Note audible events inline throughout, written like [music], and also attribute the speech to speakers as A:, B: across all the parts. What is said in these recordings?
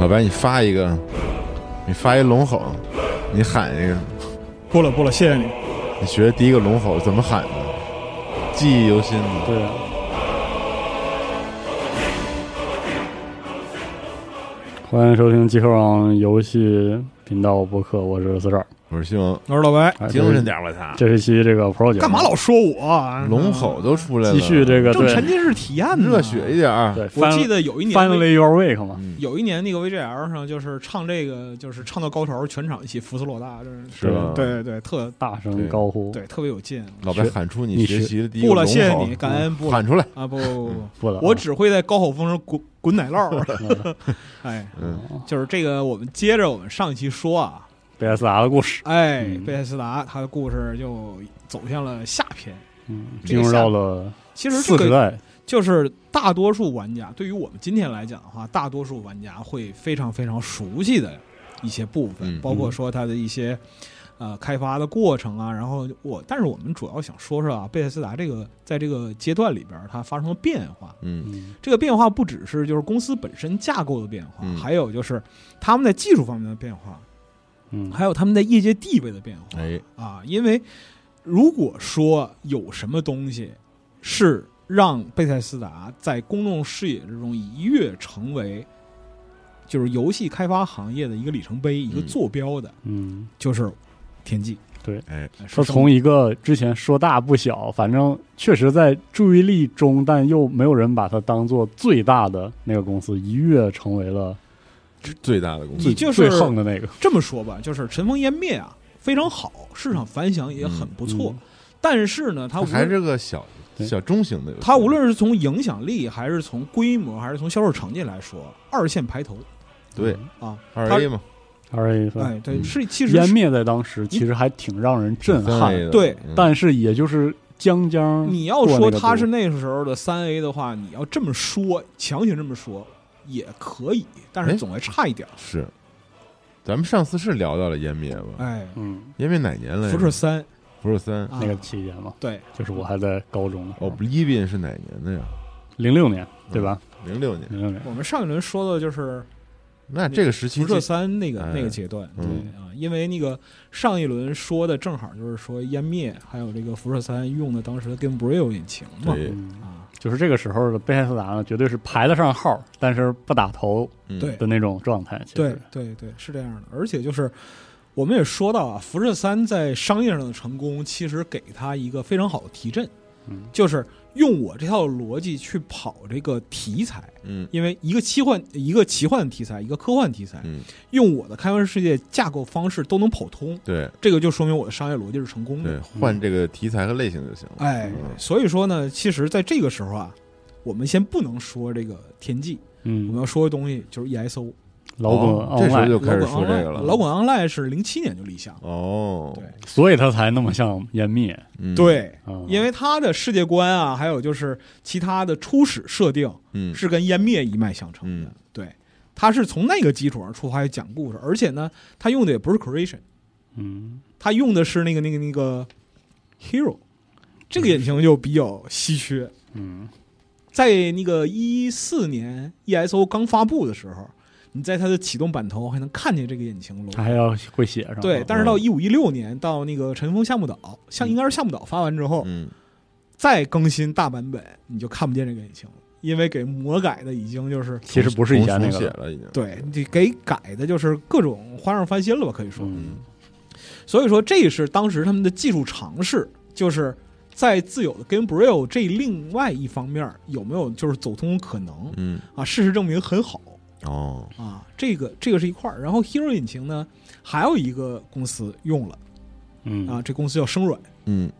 A: 要不然你发一个，你发一龙吼，你喊一个，
B: 不了不了，谢谢你。
A: 你学第一个龙吼怎么喊的？记忆犹新的。
C: 啊
B: 对，
C: 欢迎收听极客网游戏频道播客，我是四十二。
A: 我说西蒙，
B: 我是老白。
C: 哎
A: 精神，点儿了他，
C: 这是这是一期这个 Pro 节目，
B: 干嘛老说我啊？
A: 龙吼都出来了，
C: 继续这个
B: 正
C: 对
B: 沉浸式体验呢
A: 热血一。点儿。
C: 对？
B: 我
C: 翻
B: 记得有一年那个，
C: Finally Your Week 嘛，
A: 嗯，
B: 有一年那个 VGL 上就是唱这个，就是唱到高潮，全场一起扶斯洛大，真
A: 是吧？
B: 对，对对，特
C: 大声高呼，
B: 对特别有劲。
A: 老白
C: 学
A: 喊出你
C: 你
A: 学
C: 学
A: 习的第一个
B: 不
A: 龙吼，嗯
B: 了，谢谢你，感恩不了
A: 喊出来。
B: 啊！不不不不，
C: 不了啊，
B: 我只会在高吼风中滚滚奶酪。
C: 嗯
B: [laughs] 哎，
A: 嗯，
B: 就是这个，我们接着我们上一期说啊，
C: BSR 的故事，
B: 哎，
C: 嗯
B: 贝斯达他的故事就走向了下篇。
C: 嗯，
B: 这
C: 进
B: 个
C: 入
B: 下
C: 到了
B: 其实
C: 四
B: 这
C: 时
B: 个
C: 代，
B: 就是大多数玩家，对于我们今天来讲的话，大多数玩家会非常非常熟悉的一些部分，
A: 嗯
B: 包括说它的一些呃开发的过程啊。然后我，但是我们主要想说说啊，贝塞斯达这个在这个阶段里边儿它发生了变化。
A: 嗯
C: 嗯，
B: 这个变化不只是就是公司本身架构的变化，
A: 嗯
B: 还有就是他们在技术方面的变化，
C: 嗯，
B: 还有他们在业界地位的变化。
A: 哎，
B: 啊，因为如果说有什么东西是让贝塞斯达在公众视野之中一跃成为就是游戏开发行业的一个里程碑、一个
A: 嗯
B: 坐标的，
C: 嗯，
B: 就是《天际》。
C: 对
A: 哎，
B: 是
C: 说从一个之前说大不小，反正确实在注意力中，但又没有人把它当做最大的那个公司，一跃成为了
A: 这最大的公司
C: 最
B: 你就是
C: 最横的那个，
B: 这么说吧，就是尘封湮灭啊，非常好，市场反响也很不错。
C: 嗯
B: 但是呢，它
A: 它
B: 无
A: 还
B: 论
A: 是个小
C: 对
A: 小中型的游戏。
B: 它无论是从影响力，还是从规模，还是从销售成绩来说，二线排头
A: 对
B: 啊。
A: 二
B: 它
A: A 嘛，
C: 二 A 分
B: 哎，对，
A: 嗯
B: 是其实是
C: 湮灭在当时其实还挺让人震
A: 三 A
C: 撼，
A: 的
B: 对
A: 嗯
C: 但是也就是将将
B: 你要
C: 嗯过那
B: 说
C: 个
B: 他
C: 度
B: 是那时候的三 A 的话，你要这么说，强行这么说也可以，但
A: 哎
B: 是总会差一点儿。
A: 是，咱们上次是聊到了湮灭吧？
B: 哎，
C: 嗯
A: 湮灭哪年来着？
B: 辐射三
A: 辐射三
B: 啊
C: 那个期间嘛，
B: 对，
C: 就是我还在高中
B: 哦
C: 的时候，
A: 哦，Oblivion 是哪年的呀？
C: 零六年
B: 嗯
C: 对吧？
A: 零六年。
C: 零六年
B: 我们上一轮说的就是
A: 那这个时期
B: 辐射三那个
A: 哎
B: 那个阶段，对
A: 嗯
B: 啊，因为那个上一轮说的正好就是说湮灭还有这个辐射三用的当时的 Game Braille 引擎嘛，
A: 对，
C: 嗯
B: 啊，
C: 就是这个时候的贝塞斯达呢，绝对是排得上号，但是不打头
A: 嗯
B: 对
C: 的那种状态。其实
B: 对，对对，是这样的。而且就是我们也说到啊，辐射三在商业上的成功，其实给它一个非常好的提振，
C: 嗯
B: 就是用我这套逻辑去跑这个题材，
A: 嗯
B: 因为一个奇幻、一个奇幻题材，一个科幻题材，
A: 嗯，
B: 用我的开放世界架构方式都能跑通，
A: 对
B: 这个就说明我的商业逻辑是成功
C: 嗯
A: 对，
B: 的。
A: 换这个题材和类型就行了。
B: 哎
A: 嗯，
B: 所以说呢，其实在这个时候啊，我们先不能说这个天际，我们
C: 嗯，
B: 要说的东西就是 ESO。
C: 老滚
A: 哦这时候
C: online，
A: 就开始说这个了。
B: 老滚 online 是零七年就立项了，
A: 哦，
B: 对
C: 所以他才那么像湮灭
A: 嗯，
B: 对，
C: 啊。
B: 因为它的世界观啊，还有就是其他的初始设定
A: 嗯
B: 是跟湮灭一脉相承的
A: 嗯。
B: 对，它是从那个基础上出发去讲故事，而且呢，它用的也不是 creation，
C: 嗯，
B: 它用的是那个那个那个 hero，这个引擎就比较稀缺。
C: 嗯，
B: 在那个一四年 ESO 刚发布的时候，你在它的启动版头还能看见这个引擎
A: 哎
B: logo
C: 他。还要会写上。
B: 对，但是到
A: 嗯
B: 一五一六年，到那个《尘封夏目岛》，像
C: 嗯
B: 应该是夏目岛发完之后，
A: 嗯
B: 再更新大版本，你就看不见这个引擎了，因为给魔改的已经就是
C: 其实不是以前那
A: 重写
C: 个，
A: 了已经。
B: 对你给改的就是各种花样翻新了吧，可以说。
C: 嗯，
B: 所以说这是当时他们的技术尝试，就是在自有的 Game Braille 这另外一方面有没有就是走通可能
A: 嗯
B: 啊？事实证明很好
A: 哦，
B: 啊，这个这个是一块儿。然后 Hero 引擎呢，还有一个公司用了
C: 嗯
B: 啊，这公司叫生软，
A: 嗯，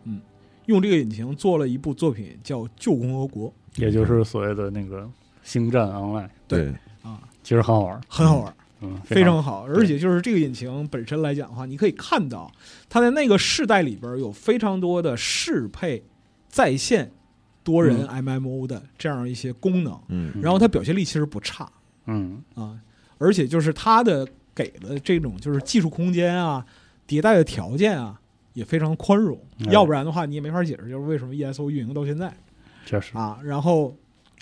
B: 用这个引擎做了一部作品叫《旧共和国》，
C: 也就是所谓的那个星战 online，
A: 对，
B: 啊，
C: 其实很好玩，
B: 很好玩。
C: 嗯，
B: 非
C: 常
B: 常好，而且就是这个引擎本身来讲的话，你可以看到它在那个世代里边有非常多的适配在线多人
C: 嗯
B: MMO 的这样一些功能，
A: 嗯
B: 然后它表现力其实不差
C: 嗯
B: 啊，而且就是它的给的这种就是技术空间啊、迭代的条件啊也非常宽容，
C: 哎
B: 要不然的话你也没 E 法解释就是为什么 ESO 运营到现在
C: 确实
B: 啊，然后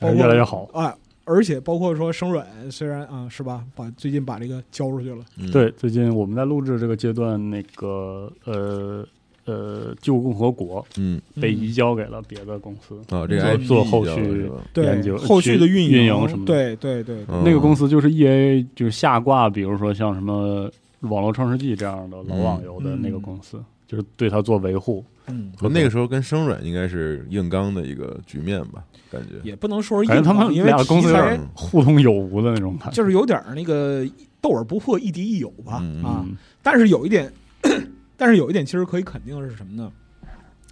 B: 包括
C: 而嗯且越来越好，
B: 哎，而且包括说生软，虽然啊、是吧，把最近把这个交出去了，
A: 嗯
C: 对，最近我们在录制这个阶段，那个呃呃，旧共和国
A: 嗯，
C: 被移交给了别的公司，
A: 啊，这个
B: 做
A: IP
C: 做后
A: 叫
C: 续
A: 是吧
B: 对
C: 研究
B: 后续的运
C: 去运营什么的
B: 对对对，
A: 嗯
C: 那个公司就是 E A 就是下挂，比如说像什么网络创世纪这样的老网游的那个公司，就是对它做维护。
B: 嗯，
A: 我哦那个时候跟生软应该是硬刚的一个局面吧，感觉。
B: 也不能说是
C: 感觉
B: 硬
C: 他们
B: 刚因为
C: 俩公司
B: 题
C: 有
B: 材
C: 点互通有无的那种感觉。
B: 就是有点儿那个斗而不破，亦敌亦友吧
A: 嗯
B: 啊。
C: 嗯
B: 但是有一点，但是有一点其实可以肯定的是什么呢？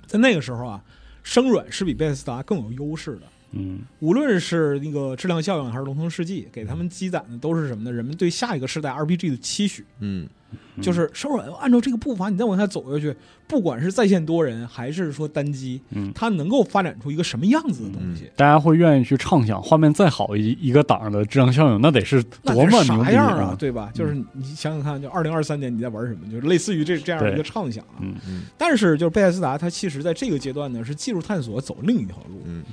B: 在那个时候啊，生软是比贝斯达更有优势的。
C: 嗯，
B: 无论是那个质量效应还是龙腾世纪，给他们积攒的都是什么呢？人们对下一个世代 RPG 的期许，
A: 嗯，
C: 嗯
B: 就是生软按照这个步伐，你再往下走下去，不管是在线多人还是说单机，
C: 嗯
B: 它能够发展出一个什么样子的东西？
C: 大家会愿意去畅想，画面再好一一个档的质量效应，那得是
B: 那
C: 多
B: 得
C: 么
B: 是
C: 牛
B: 啥
C: 逼嗯
B: 样啊？！对吧？就是你你想想看，就二零二三年你在玩什么？就是类似于这这样的一个
C: 对
B: 畅想啊。
C: 嗯
A: 嗯
B: 但是就是贝塞斯达，它其实在这个阶段呢是技术探索走另一条路。
A: 嗯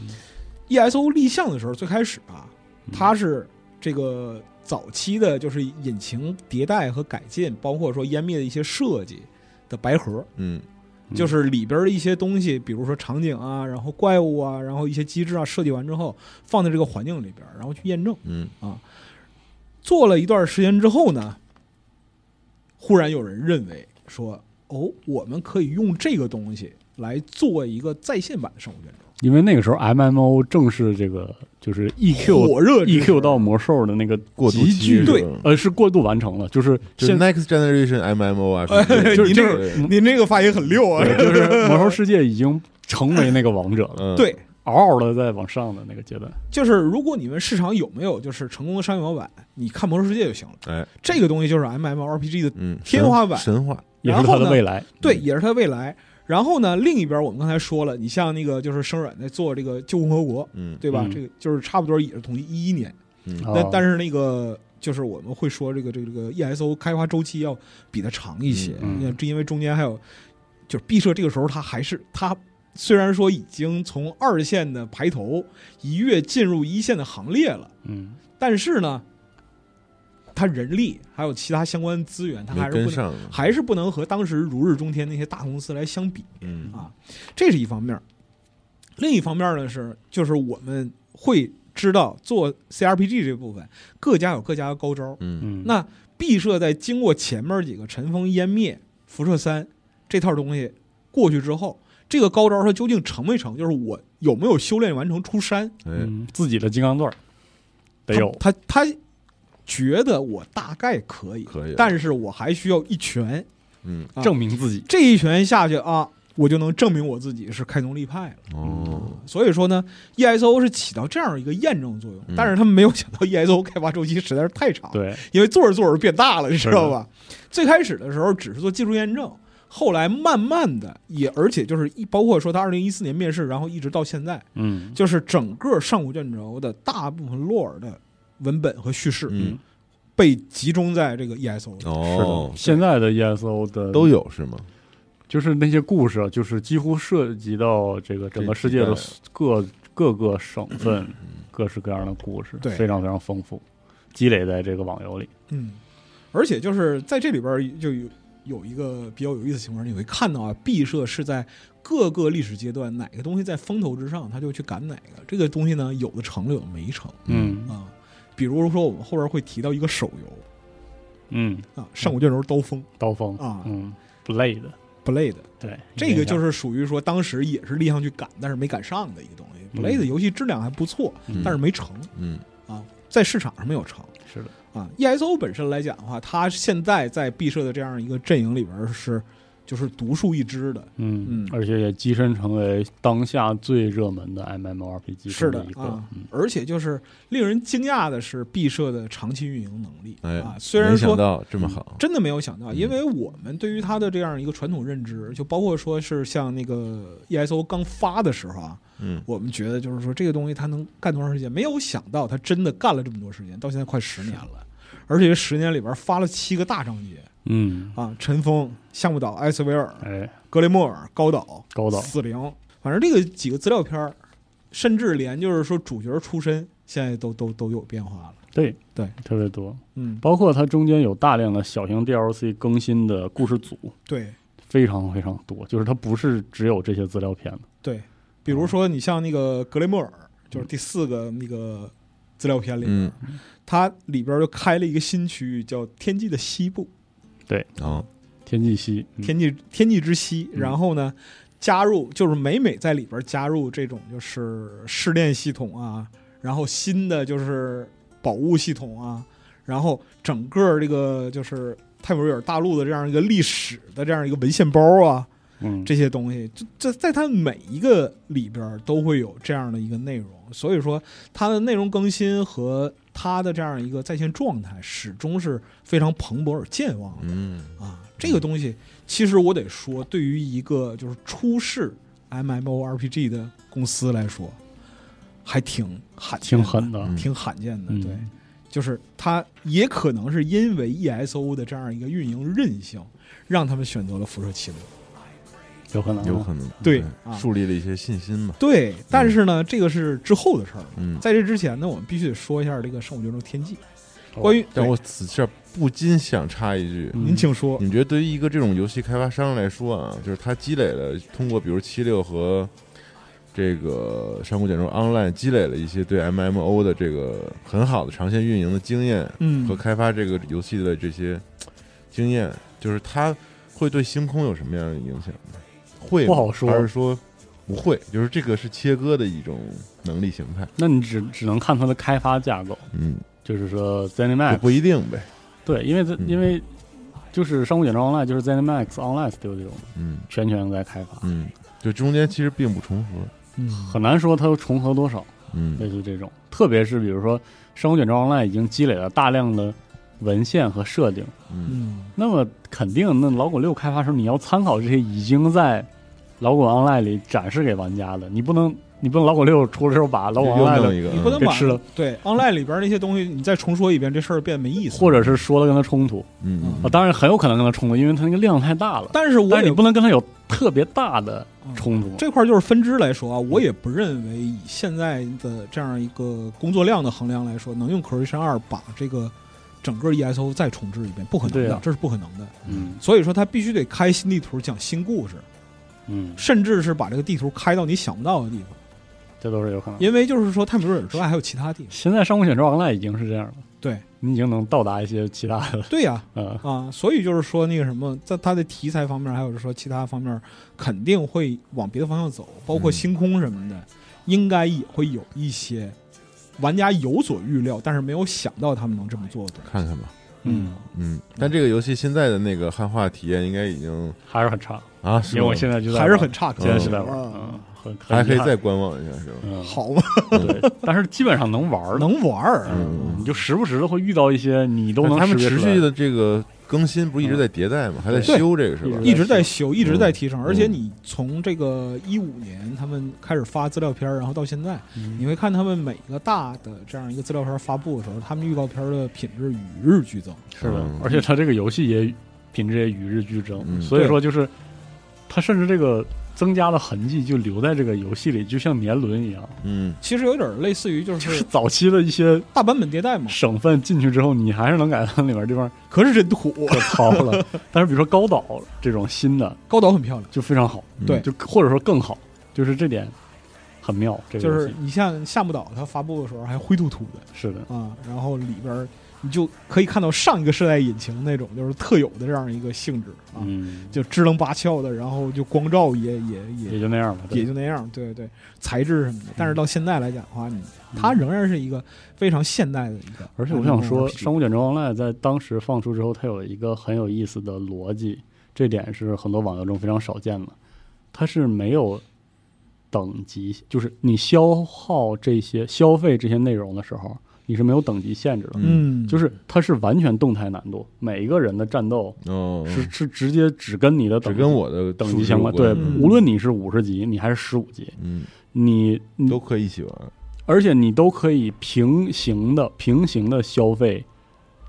B: ESO 立项的时候，最开始啊，
C: 嗯
B: 它是这个早期的，就是引擎迭代和改进，包括说湮灭的一些设计的白盒，
A: 嗯
C: 嗯
B: 就是里边的一些东西，比如说场景啊，然后怪物啊，然后一些机制啊，设计完之后放在这个环境里边，然后去验证。
A: 嗯
B: 做了一段时间之后呢，忽然有人认为说，哦，我们可以用这个东西来做一个在线版的《生物卷轴
C: 因为那个时候 M M O 正是这个就是 E》，Q
B: 火热之
C: E
B: 时
C: Q 到魔兽的那个
A: 过渡
C: 极
A: 期
C: 具
A: 是
B: 对
A: 吧
C: 呃是过渡完成了，就是
A: 就
C: 现
A: 是 Next Generation MMO 啊，
B: 哎
C: 就是
B: 您
C: 就
B: 这
C: 是
B: 个您这个发音很溜啊！
C: 对
A: [laughs]
B: [laughs]
C: 就是魔兽世界已经成为那个王者了，
A: 嗯，
B: 对，
C: 嗷嗷的在往上的那个阶段。
B: 就是如果你们市场有没有就是成功的商业模板，你看《魔兽世界》就行了。
A: 哎，
B: 这个东西就是 MMORPG 的，
A: 嗯，
B: 天
A: 神
B: 花板
A: 神话，
C: 也是
B: 然后
C: 它
B: 呢
C: 的未来，
B: 对，也是它的未来。然后呢，另一边我们刚才说了，你像那个就是生软在做这个旧共和国，
A: 嗯，
B: 对吧？
C: 嗯
B: 这个就是差不多也是统计一一年。
A: 嗯
B: 那
C: 哦
B: 但是那个就是我们会说这个这个这个 ESO 开发周期要比它长一些，
C: 嗯嗯
B: 那这因为中间还有就是毕设这个时候它还是它虽然说已经从二线的排头一跃进入一线的行列了，
C: 嗯，
B: 但是呢，它人力还有其他相关资源，它
A: 没
B: 嗯还是
A: 跟
B: 不能
A: 上，
B: 还是不能和当时如日中天那些大公司来相比。
A: 嗯
B: 啊，这是一方面儿。另一方面儿呢是，就是我们会知道做 CRPG 这部分，各家有各家的高招儿。
A: 嗯
C: 嗯，
B: 那毕设在经过前面几个尘封、湮灭、辐射三这套东西过去之后，这个高招儿它究竟成没成？就是我有没有修炼完成出山？
A: 哎，
C: 嗯自己的金刚钻儿得有，
B: 他他他觉得我大概可以，
A: 可以，
B: 但是我还需要一拳。
A: 嗯
B: 他
C: 证明自己。
B: 这一拳下去啊，我就能证明我自己是开宗立派了。
A: 哦，
B: 所以说呢，ESO，E 是起到这样一个验证作用，
A: 嗯
B: 但是他们没有想到 E ESO 开发周期实在是太长，
C: 对，
B: 因为做着做着变大了，你知
C: 是的
B: 道吧？最开始的时候只是做技术验证，后来慢慢的也，而且就是一包括说他二零一四年面试，然后一直到现在，
C: 嗯，
B: 就是整个上古卷轴的大部分洛尔的文本和叙事
A: 嗯，
B: 被集中在这个 E ESO 里。
A: 哦，
C: 现在的 ESO 的
A: 都有是吗？
C: 就是那些故事，啊就是几乎涉及到这个整个世界的各各个省份、各式各样的故事，
B: 嗯对
C: 非常非常丰富，积累在这个网游里。
B: 嗯，而且就是在这里边儿就有有一个比较有意思的情况，你会看到啊，毕设是在各个历史阶段哪个东西在风头之上，他就去赶哪个。这个东西呢，有的成了，有的没成
C: 嗯
B: 啊。比如说我们后边会提到一个手游
C: 嗯，
B: 啊，《上古卷轴刀锋
C: 刀锋
B: 啊
C: 嗯，Blade，》
B: Blade，
C: 对，
B: 这个就是是属于说当时也是立项去赶，但是没赶上的一个东西。
C: 嗯
B: Blade 游戏质量还不错，
A: 嗯
B: 但是没成
A: 嗯
B: 啊，在市场上没有成。
C: 是的，
B: 啊，ESO 本身来讲的话，它现在在毕设的这样一个阵营里边是就是独树一帜的，
C: 嗯
B: 嗯
C: 而且也跻身成为当下最热门的 MMORPG
B: 是的
C: 中一个，
B: 啊
C: 嗯，
B: 而且就是令人惊讶的是毕设的长期运营能力
A: 哎
B: 啊，虽然
A: 没想
B: 说。
A: 到这么好，
B: 真的没有想到，
A: 嗯
B: 因为我们对于它的这样一个传统认知，就包括说是像那个 ESO 刚发的时候啊，
A: 嗯
B: 我们觉得就是说这个东西它能干多长时间，没有想到它真的干了这么多时间，到现在快十年了，而且这十年里边发了七个大章节
C: 嗯，
B: 啊，尘封、夏目岛、埃斯维尔、
C: 哎，
B: 格雷默尔、高岛、
C: 高岛
B: 死灵，反正这个几个资料片儿，甚至连就是说主角出身现在都都都有变化了。
C: 对
B: 对，
C: 特别多，
B: 嗯，
C: 包括它中间有大量的小型 DLC 更新的故事组，
B: 对
C: 非常非常多，就是它不是只有这些资料片了。
B: 对，嗯比如说你像那个格雷默尔，就是第四个那个资料片里面，
A: 嗯，
B: 它里边就开了一个新区域叫天际的西部，
A: 啊，
C: 天际西，嗯
B: 天际天际之西，
C: 嗯
B: 然后呢，加入就是每每在里边加入这种就是试炼系统啊，然后新的就是宝物系统啊，然后整个这个就是泰米瑞尔大陆的这样一个历史的这样一个文献包啊，
C: 嗯，
B: 这些东西，就这在它每一个里边儿都会有这样的一个内容，所以说它的内容更新和它的这样一个在线状态始终是非常蓬勃而健旺的。
A: 嗯，
B: 啊，这个东西其实我得说，对于一个就是初试 MMORPG 的公司来说，还挺罕见
C: 挺
B: 的
C: 狠的，
A: 嗯
B: 挺罕见的。
C: 嗯
B: 对，就是它也可能是因为 ESO 的这样一个运营韧性，让他们选择了辐射七六。
C: 有可能啊，
A: 有可能，
B: 对啊
A: 树立了一些信心吧，
B: 对，
C: 嗯
B: 但是呢，这个是之后的事儿。
A: 嗯，
B: 在这之前呢，我们必须得说一下这个《圣武军中天际》。
C: 哦
B: 关于哎
A: 但我此这不禁想插一句，
B: 您请说
A: 你，们觉得对于一个这种游戏开发商来说啊，就是他积累了通过比如七六和这个《山谷简中 Online》积累了一些对 MMO 的这个很好的长线运营的经验
B: 嗯
A: 和开发这个游戏的这些经验，就是他会对星空有什么样的影响呢？会吗
C: 不好说
A: 还是说不会？就是这个是切割的一种能力形态，
C: 那你只只能看它的开发架构，
A: 嗯，
C: 就是说
A: 就
C: ZeniMax
A: 不一定呗，
C: 对，因为它
A: 嗯
C: 因为就是商务简装 online 就是 ZeniMax online studio
A: 嗯
C: 全权在开发，
A: 嗯，就中间其实并不重合，
B: 嗯
C: 很难说它重合多少，
A: 嗯
C: 类似这种，特别是比如说商务简装 online 已经积累了大量的文献和设定，
A: 嗯
B: 嗯
C: 那么肯定那老狗六开发时候你要参考这些已经在老狗 online 里展示给玩家的，你不能你不能老狗六出了之后把老狗
A: 又
C: online
A: 弄
C: 的
A: 一个，
B: 你不能
A: 嗯
B: 把
C: 给吃了
B: 对 online 里边那些东西，你再重说一遍，这事儿变没意思。
C: 或者是说的跟他冲突
A: 嗯嗯
C: 啊，当然很有可能跟他冲突，因为他那个量太大了。
B: 但是我
C: 但是
B: 也
C: 你不能跟他有特别大的
B: 嗯
C: 冲突。
B: 这块儿就是分支来说啊，我也不认为以现在的这样一个工作量的衡量来说，能用 Creation 二把这个整个 ESO 再重置一遍，不可能
C: 对
B: 的，
C: 啊
B: 这是不可能的。
C: 嗯
B: 所以说，它必须得开新地图，讲新故事，
C: 嗯，
B: 甚至是把这个地图开到你想不到的地方。
C: 这都是有可能。
B: 因为就是说，泰米瑞尔之外还有其他地方。
C: 现在上古选装 online 已经是这样了，
B: 对
C: 你已经能到达一些其他的
B: 对呀、
C: 呃，
B: 啊，所以就是说那个什么，在它的题材方面，还有就是说其他方面，肯定会往别的方向走，包括
A: 嗯
B: 星空什么的，应该也会有一些玩家有所预料，但是没有想到他们能这么做的东西。
A: 看看吧。
C: 嗯，
A: 嗯，但这个游戏现在的那个汉化体验应该已经
C: 还是很差，
A: 啊，
C: 因
A: 是
C: 为
A: 吗
C: 我现在就在
B: 还是很差，
C: 玩现在
A: 嗯
C: 是在玩，
B: 啊
C: 嗯，很
A: 还可以。
C: 很遗
A: 再观望一下，是吧
C: 憾？嗯，
B: 好嘛，
C: 对，但是基本上能玩的，
B: 能玩儿，
A: 嗯
C: 嗯，你就时不时的会遇到一些你都能
A: 他们持续的
C: 的，
A: 这个更新不是一直在迭代吗？还在
C: 嗯对
A: 修这个是吧
C: 一？
B: 一直在修，一直在提升，
A: 嗯
B: 而且你从这个一五年他们开始发资料片儿，然后到现在，你
C: 嗯
B: 会看他们每个大的这样一个资料片儿发布的时候，他们预告片儿的品质与日俱增。
C: 是的
A: 嗯，
C: 而且它这个游戏也品质也与日俱增，
A: 嗯
C: 所以
B: 对
C: 说就是它甚至这个增加的痕迹就留在这个游戏里，就像年轮一样，
A: 嗯，
B: 其实有点类似于就
C: 就是
B: 是
C: [laughs] 早期的一些
B: 大版本迭代嘛，
C: 省份进去之后，你还是能感觉到里面地方
B: 可是真土。
C: 可糙了。 [laughs] 但是比如说高岛这种新的
B: 高岛很漂亮，
C: 就非常好，
A: 嗯
B: 对
C: 就或者说更好，就是这点很妙。这个
B: 就
C: 游
B: 是
C: 戏
B: 你像夏目岛，它发布的时候还灰秃秃的
C: 是的，
B: 啊，然后里边儿你就可以看到上一个世代引擎那种就是特有的这样一个性质啊，
C: 嗯，
B: 就支棱八翘的，然后就光照也也
C: 也嗯
B: 也
C: 就那样吧。
B: 也
C: 就
B: 就那样，对对，材质什么的。但是到现在来讲的话，你它仍然是一个非常现代的一个 RPG。
C: 嗯而且我想说，《商务卷轴 online》在当时放出之后，它有一个很有意思的逻辑，这点是很多网游中非常少见的，它是没有。等级就是你消耗这些、消费这些内容的时候，你是没有等级限制的。
B: 嗯，
C: 就是它是完全动态难度，每一个人的战斗
A: 哦，
C: 是是直接只跟你的等
A: 只
C: 级
A: 跟我的
C: 等
A: 数
C: 级
A: 值
C: 相关，
A: 有
C: 对，
B: 嗯
C: 无论你是五十级，你还是十五级，
A: 嗯，
C: 你
A: 都
C: 你
A: 可以一起玩，
C: 而且你都可以平行的平行的消费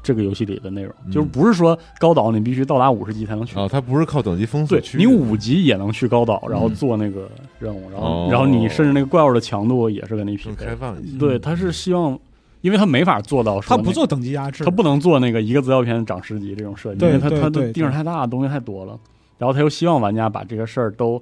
C: 这个游戏里的内容，
A: 嗯
C: 就是不是说高岛你必须到达五十级才能去，
A: 啊，它不是靠等级丰富
C: 对
A: 去
C: 你
A: 的
C: 五级也能去高岛，然后做那个任务，然后、
B: 嗯
C: 然后你甚至那个怪物的强度也是跟你匹
A: 更
C: 配
B: 哦
A: 开。放一些，
C: 对，他是希望，因为他没法做到说
B: 他
C: 那个、
B: 不做等级压制，
C: 他不能做那个一个资料片涨十级这种设计，
B: 对
C: 因为他
B: 对
C: 他
B: 对
C: 的地方
B: 对
C: 太大，东西太多了。然后他又希望玩家把这个事儿都，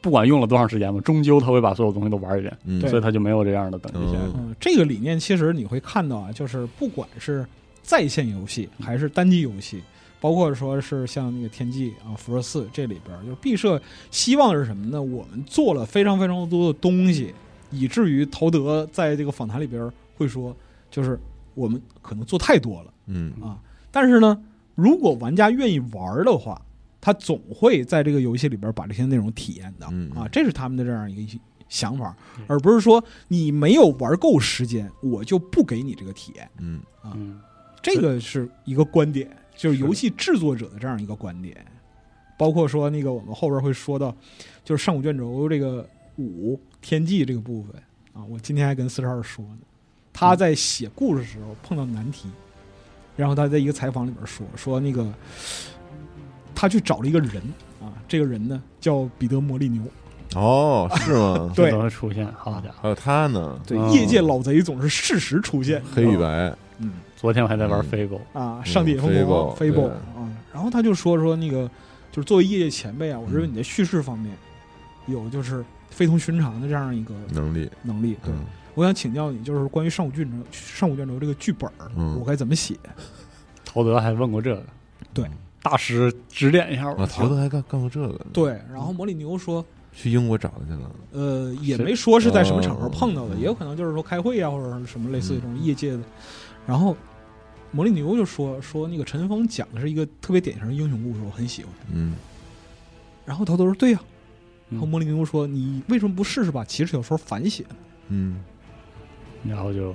C: 不管用了多长时间吧，终究他会把所有东西都玩一遍，
A: 嗯，
B: 对
C: 所以他就没有这样的等级限制。
A: 嗯
B: 嗯，这个理念其实你会看到啊，就是不管是在线游戏还是单机游戏，包括说是像那个《天际》啊、《辐射四》这里边儿，就是毕设希望是什么呢？我们做了非常非常多的东西，以至于陶德在这个访谈里边儿会说，就是我们可能做太多了，
A: 嗯
B: 但是呢，如果玩家愿意玩儿的话，他总会在这个游戏里边儿把这些内容体验到
A: 嗯
B: 啊，这是他们的这样一个想法
C: 嗯，
B: 而不是说你没有玩够时间，我就不给你这个体验。
A: 嗯，
B: 啊
C: 嗯，
B: 这个是一个观点，就是
C: 是的
B: 游戏制作者的这样一个观点。包括说那个我们后边会说到，就是上古卷轴这个五天际这个部分啊，我今天还跟四十二说呢，他在写故事的时候碰到难题，然后他在一个采访里边说说那个他去找了一个人啊，这个人呢叫彼得摩利牛，？
A: 哦，是吗
C: [laughs]
B: 对
C: 这都会出现。好
B: 啊
C: 家伙，
A: 还有他呢，
B: 对，
C: 哦
B: 业界老贼总是适时出现，
A: 黑与白，
B: 嗯。
C: 昨天我还在玩
A: 嗯
C: 飞狗，
B: 啊，
A: 嗯
B: 上帝也疯狂，
A: 飞
B: 飞
A: 豹
B: 豹啊。然后他就说说那个，就是作为业界前辈啊，我认为你在叙事方面有就是非同寻常的这样一个
A: 能力，
B: 能
C: 哦
B: 力。对，
A: 嗯
B: 我想请教你，就是关于上古卷轴上古卷轴这个剧本儿，
A: 嗯
B: 我该怎么写？
C: 陶德还问过这个，嗯
B: 对，
C: 大师指点一下我。
A: 啊，陶德还干干过这个呢，，
B: 对，然后魔里牛说，
A: 去英国找他去了，
B: 呃，也
C: 是
B: 没说是在什么场合碰到的，
A: 嗯
B: 也有可能就是说开会啊，或者是什么类似这种业界的。然后魔力牛就说说那个陈峰讲的是一个特别典型的英雄故事，我很喜欢。
A: 嗯
B: 然后陶德说：“对呀、
C: 嗯
B: 然后莫里牛说：“你为什么不试试把骑士小说反写呢
A: 嗯，
C: 然后就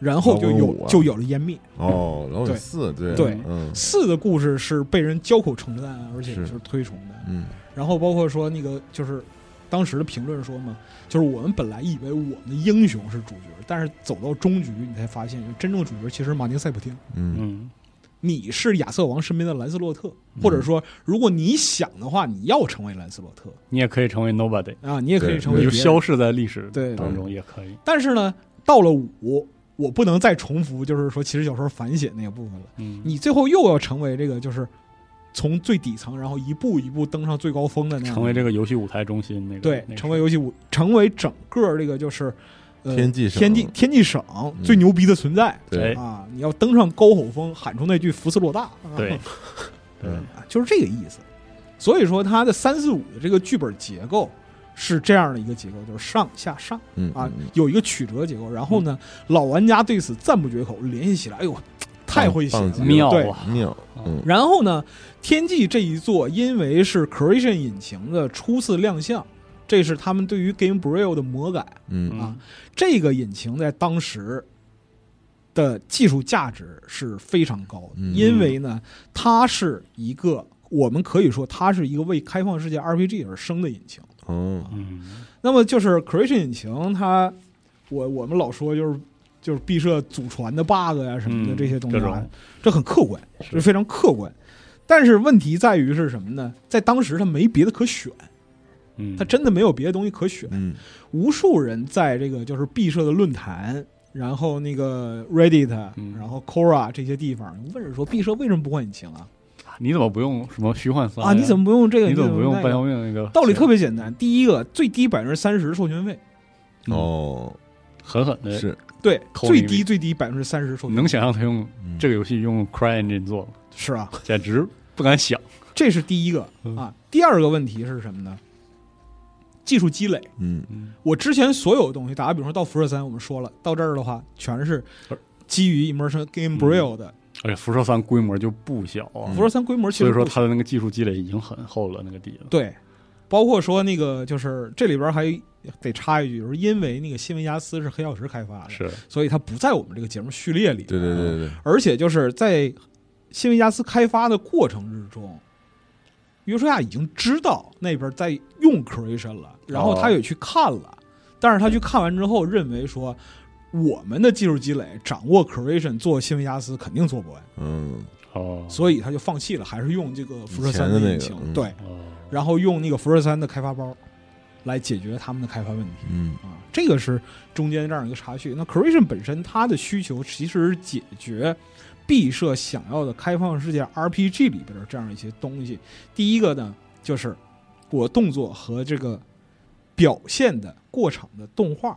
B: 然后就
A: 老古
B: 有、
A: 鲁啊
B: 就有了湮灭。
A: 哦，老鬼
B: 对
A: 四，对
B: 对
A: 嗯
B: 四的故事是被人交口称赞，而且
A: 是
B: 就是推崇的。
A: 嗯
B: 然后包括说那个就是当时的评论说嘛，就是我们本来以为我们的英雄是主角，但是走到终局你才发现，就真正主角其实是马丁塞普汀。
A: 嗯
C: 嗯，
B: 你是亚瑟王身边的兰斯洛特，
A: 嗯
B: 或者说，如果你想的话，你要成为兰斯洛特
C: 你也可以成为 nobody，
B: 啊，你也可以
A: 对
B: 成
C: 你
B: 为
C: 就
B: 别人
C: 消失在历史
B: 对
C: 当中也可以。
B: 但是呢，到了五，我不能再重复，就是说骑士小说反写那个部分了。
C: 嗯，
B: 你最后又要成为这个，就是从最底层，然后一步一步登上最高峰的那样的
C: 成为这个游戏舞台中心那个
B: 对
C: 那，个
B: 成为游戏五，成为整个这个就是。呃、
A: 天际嗯省
B: 天际天际省最牛逼的存在、
A: 对
C: 哎
B: 啊！你要登上高口峰，喊出那句“福斯洛大”，啊 [laughs]
C: 对，对
A: 嗯
B: 就是这个意思。所以说，它的三四五的这个剧本结构是这样的一个结构，就是上下上。
A: 嗯
B: 啊
A: 嗯，
B: 有一个曲折结构。然后呢，老玩家对此赞不绝口，联系起来，哎呦，太会写
A: 棒
B: 了
A: 棒极，了
C: 妙
B: 对
C: 啊，
A: 妙，嗯
B: 然后呢，天际这一座因为是 Creation 引擎的初次亮相，这是他们对于 Game Braille 的魔改。
A: 嗯
B: 啊这个引擎在当时的技术价值是非常高的，
A: 嗯
B: 因为呢，它是一个我们可以说它是一个为开放世界 RPG 而生的引擎。
A: 哦，
C: 嗯，
B: 那么就是 Creation 引擎它，我我们老说就是就是毕设祖传的 bug 呀、什么的
C: 嗯
B: 这些东西、
C: 这
B: 啊
C: 种
B: 这很客观，
C: 是
B: 这非常客观。但是问题在于是什么呢？在当时他没别的可选，
C: 嗯，
B: 他真的没有别的东西可选。
A: 嗯
B: 无数人在这个就是毕设的论坛，然后那个 Reddit，
C: 嗯
B: 然后 Quora 这些地方问说毕设为什么不换引擎啊？
C: 你怎么不用什么虚幻三
B: 啊，你怎么不用这个？
C: 你怎么不用
B: 那
C: 半
B: 个
C: 条命那个？
B: 道理特别简单，第一个最低百分之三十授权费，
C: 嗯呃
A: 哦，
C: 狠狠的，
A: 是
B: 对，
C: 抠
B: 最
C: 你
B: 低最低百分之三十授权费
C: 你能想象他用
A: 嗯
C: 这个游戏用 CryEngine 做吗？
B: 是啊，
C: 简直不敢想。
B: 这是第一个
C: 嗯
B: 啊。第二个问题是什么呢？技术积累。
A: 嗯
C: 嗯，
B: 我之前所有的东西，打个比方说到辐射三，我们说了，到这儿的话，全是基于 Immersion
C: 嗯
B: Game Braille 的。
C: 而且辐射三规模就不小啊，
B: 辐射三规模嗯其
C: 所
B: 实
C: 以说
B: 不
C: 它的那个技术积累已经很厚了，那个底子。
B: 对，包括说那个就是这里边还得插一句，就是因为那个新闻雅思是黑曜石开发的，
C: 是，
B: 所以它不在我们这个节目序列里。
A: 对对对对，
B: 而且就是在新维加斯开发的过程之中，约书亚已经知道那边在
A: 哦
B: 用 Creation 了，然后他也去看了，但是他去看完之后认为说，我们的技术积累，掌握 creation 做新维加斯肯定做不完，
A: 嗯，
C: 哦，
B: 所以他就放弃了，还是用这个辐射
A: 以前
B: 三
A: 的那个
B: 引擎，
A: 嗯
B: 对，
C: 哦，
B: 然后用那个辐射三的开发包来解决他们的开发问题。
A: 嗯，
B: 啊，这个是中间这样一个插叙。那 Creation 本身它的需求其实是解决毕设想要的开放世界 RPG 里边的这样一些东西。第一个呢，就是我动作和这个表现的过场的动画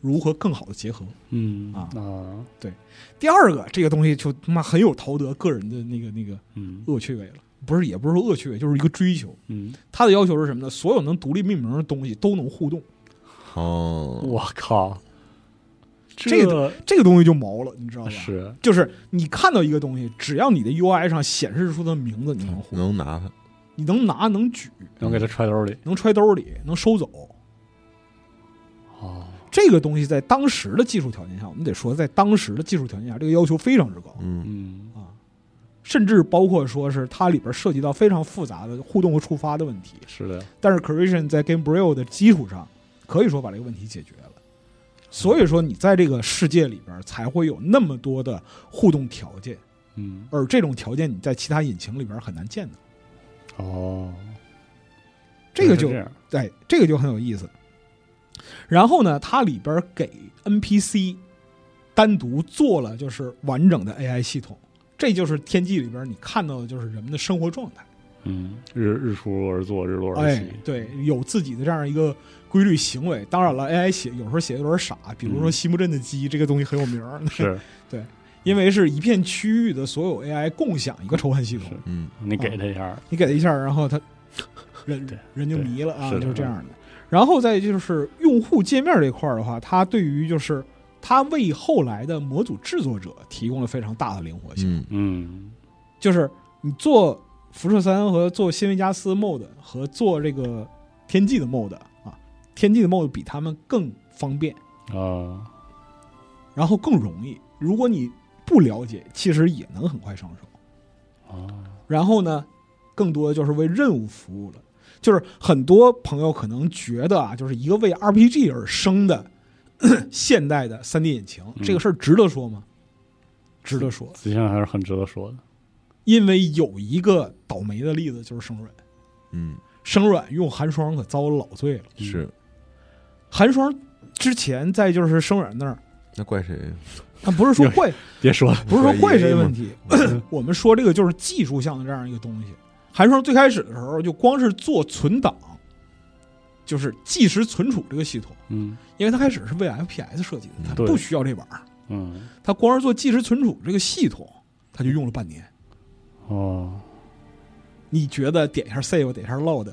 B: 如何更好的结合。
C: 嗯
B: 啊
C: 啊，
B: 第二个，这个东西就他妈很有陶德个人的那个那个
C: 嗯
B: 恶趣味了，不是也不是说恶趣味，就是一个追求。
C: 嗯，
B: 他的要求是什么呢？所有能独立命名的东西都能互动，
A: 哦，
C: 我靠，
B: 这个这个东西就毛了，你知道吧？
C: 是
B: 就是你看到一个东西，只要你的 UI 上显示出它的名字，你能互，
A: 能拿它，
B: 你能拿，能举，
C: 能给他揣兜里
B: 能揣兜里，能收走。嗯
C: 哦，
B: 这个东西在当时的技术条件下，我们得说，在当时的技术条件下，这个要求非常之高
A: 嗯
C: 嗯
B: 啊，甚至包括说是它里边涉及到非常复杂的互动和触发的问题。
C: 是的，
B: 但是 Creation 在 Game Brio 的基础上，可以说把这个问题解决了。所以说，你在这个世界里边才会有那么多的互动条件，
C: 嗯
B: 而这种条件你在其他引擎里边很难见到。
C: 哦，
B: 这个
C: 是
B: 就
C: 这样
B: 对，这个就很有意思。然后呢，它里边给 NPC 单独做了就是完整的 AI 系统，这就是《天际》里边你看到的就是人们的生活状态。
C: 嗯，日日出而作，日落而
B: 哎
C: 息，，
B: 对，有自己的这样一个规律行为。当然了，AI 写有时候写的有点傻，比如说
C: 嗯
B: 西木镇的鸡、这个东西很有名儿， [laughs]
C: 是
B: 因为是一片区域的所有 AI 共享一个仇恨系统
C: 是，
A: 嗯
C: 你给他一下，
B: 你给他一下，然后他人
C: 对
B: 人就迷了啊，
C: 是的嗯
B: 就是这样的。然后再就是用户界面这块儿的话，它对于就是它为后来的模组制作者提供了非常大的灵活性，
A: 嗯
C: 嗯
B: 就是你做辐射三和做新维加斯 mod 和做这个天际的 mod 啊，天际的 mod 比他们更方便，
C: 啊，
B: 然后更容易。如果你不了解，其实也能很快上手。
C: 哦，
B: 然后呢，更多的就是为任务服务了。就是很多朋友可能觉得啊，就是一个为 RPG 而生的 [coughs] 咳现代的 3D 引擎，
C: 嗯
B: 这个事儿值得说吗？值得说，
C: 此前还是很值得说的，
B: 因为有一个倒霉的例子就是生软，
A: 嗯，
B: 生软用寒霜可遭老罪了。
C: 嗯
A: 是，
B: 寒霜之前在就是生软那儿，
A: 那怪谁？
B: 他不是说怪，
C: 别说了，
B: 不是说怪谁的问题，
C: 嗯
B: [clears throat] 我们说这个就是技术上的这样一个东西。韩双最开始的时候就光是做存档，就是即时存储这个系统， [laughs]
C: 嗯
B: 因为它开始是为 FPS 设计的，它
C: 对
B: 不需要这玩意儿，
C: 嗯
B: 它光是做即时存储这个系统，它就用了半年。嗯
C: 哦，
B: 你觉得点一下 save，点一下 load，F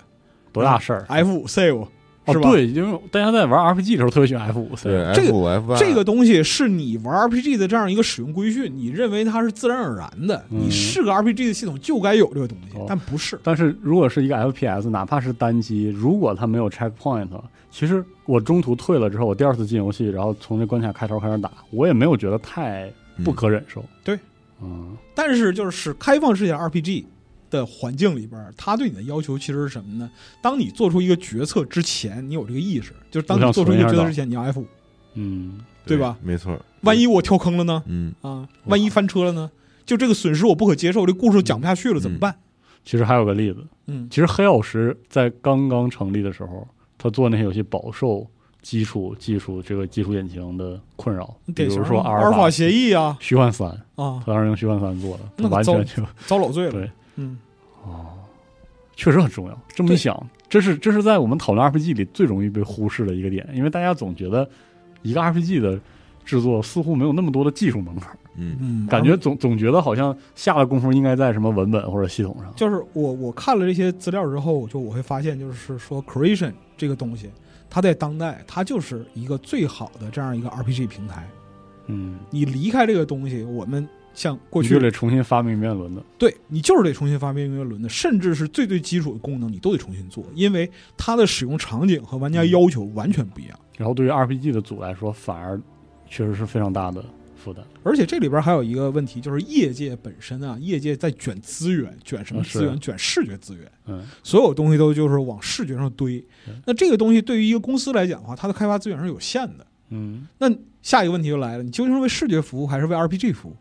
C: 多大事儿。
B: 五 save
C: 哦
B: 是，吧？
C: 对，因为大家在玩 RPG 的时候特别喜欢 F 五，
A: 对
B: 这个
A: ，F 五 F 八，
B: 这个东西是你玩 RPG 的这样一个使用规训，你认为它是自然而然的，
C: 嗯
B: 你是个 RPG 的系统就该有这个东西
C: 哦，
B: 但不是。
C: 但是如果是一个 FPS，哪怕是单机，如果它没有 checkpoint，其实我中途退了之后，我第二次进游戏，然后从这关卡开头开始打，我也没有觉得太不可忍受。
B: 嗯对，
C: 嗯，
B: 但是就是开放世界 RPG 的环境里边儿，它对你的要求其实是什么呢？当你做出一个决策之前，你有这个意识，就是当你
C: 我想
B: 做出一
C: 存
B: 个
C: 一下
B: 决策
C: 档
B: 之前，你要 F 五，
C: 嗯，
B: 对吧？
A: 没错儿，
B: 万一我跳坑了呢？
A: 嗯，
B: 啊，万一翻车了呢？就这个损失我不可接受，这故事讲不下去了，怎么办？
C: 其实还有个例子，
B: 嗯，
C: 其实黑曜石在刚刚成立的时候，他做那些游戏饱受基础技术这个基础引擎的困扰，比
B: 典型
C: 如
B: 的
C: 说
B: 阿
C: 阿尔
B: 尔法
C: 法
B: 协议啊
C: 虚幻三，
B: 啊
C: 他，当时用虚幻三做的，
B: 那个
C: 完
B: 糟
C: 全就
B: 遭老罪了
C: 对。
B: 嗯，
C: 哦，确实很重要。这么一
B: 对
C: 想，这是这是在我们讨论 RPG 里最容易被忽视的一个点，因为大家总觉得一个 RPG 的制作似乎没有那么多的技术门槛，
A: 嗯，
B: 嗯，
C: 感觉总总觉得好像下的功夫应该在什么文本或者系统上。
B: 就是我我看了这些资料之后，就我会发现，就是说 creation 这个东西，它在当代它就是一个最好的这样一个 RPG 平台。
C: 嗯，
B: 你离开这个东西，我们像过
C: 你就
B: 去
C: 得重新发明一遍轮子。
B: 对你就是得重新发明一个轮子，甚至是最最基础的功能你都得重新做，因为它的使用场景和玩家
C: 嗯
B: 要求完全不一样。
C: 然后对于 RPG 的组来说，反而确实是非常大的负担。
B: 而且这里边还有一个问题，就是业界本身啊，业界在卷资源，卷什么
C: 啊是
B: 资源？卷视觉资源，
C: 嗯，
B: 所有东西都就是往视觉上堆
C: 嗯。
B: 那这个东西对于一个公司来讲的话，它的开发资源是有限的，
C: 嗯
B: 那下一个问题就来了，你究竟是为视觉服务还是为 RPG 服务？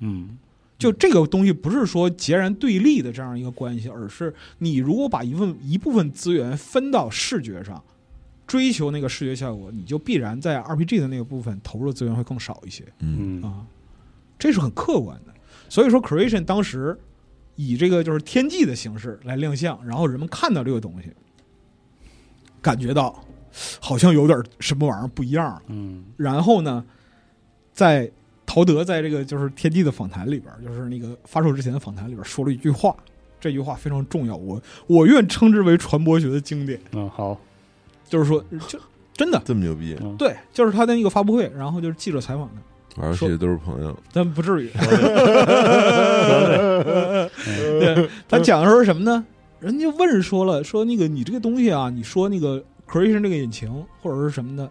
C: 嗯
B: 就这个东西不是说截然对立的这样一个关系，而是你如果把一份一部分资源分到视觉上，追求那个视觉效果，你就必然在 RPG 的那个部分投入的资源会更少一些
A: 嗯
C: 嗯
B: 啊，这是很客观的。所以说，Creation 当时以这个就是天际的形式来亮相，然后人们看到这个东西，感觉到好像有点什么玩意儿不一样了。
C: 嗯
B: 然后呢，在陶德在这个就是天地的访谈里边儿，就是那个发售之前的访谈里边儿说了一句话，这句话非常重要，我我愿称之为传播学的经典，
C: 嗯，好，
B: 就是说，就真的
A: 这么牛逼，
C: 嗯
B: 对，就是他的那个发布会，然后就是记者采访他，
A: 玩游戏的都是朋友，
B: 但不至于。 [laughs] 对， [laughs] 他讲的时候是什么呢？人家问说了，说那个你这个东西啊，你说那个 creation 这个引擎或者是什么的，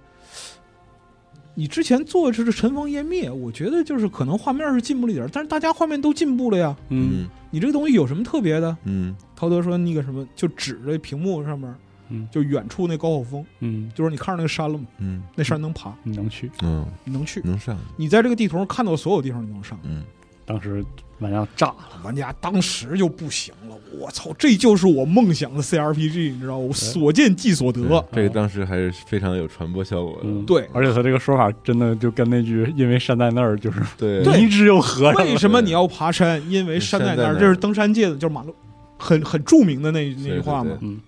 B: 你之前做的是尘封湮灭，我觉得就是可能画面是进步了一点儿，但是大家画面都进步了呀，
C: 嗯
A: 嗯
B: 你这个东西有什么特别的？
A: 嗯
B: 陶德说那个什么，就指着屏幕上面，
C: 嗯
B: 就远处那高晓峰，
C: 嗯，
B: 就说你看着那个山了吗？
A: 嗯
B: 那山能爬，
C: 你能去？
A: 嗯，
B: 你能去，
A: 能上，
B: 你在这个地图上看到所有地方你都能上。
A: 嗯
C: 当时玩家炸了，
B: 玩家当时就不行了，我操，这就是我梦想的 CRPG，你知道吗？我所见即所得
A: 对，这个当时还是非常有传播效果
C: 嗯，
A: 的，
B: 对
C: 而且他这个说法真的就跟那句“因为山在那儿”就是
A: 对
B: 对
C: 迷之又合
A: [laughs]
C: 上
B: 为
C: 了。
B: 什么你要爬山？因为山在那
A: 山在
B: 儿，
A: 那儿
B: 这是登山界的，就是马路很很著名的那那句话
A: 对
B: 嘛
A: 对。
C: 嗯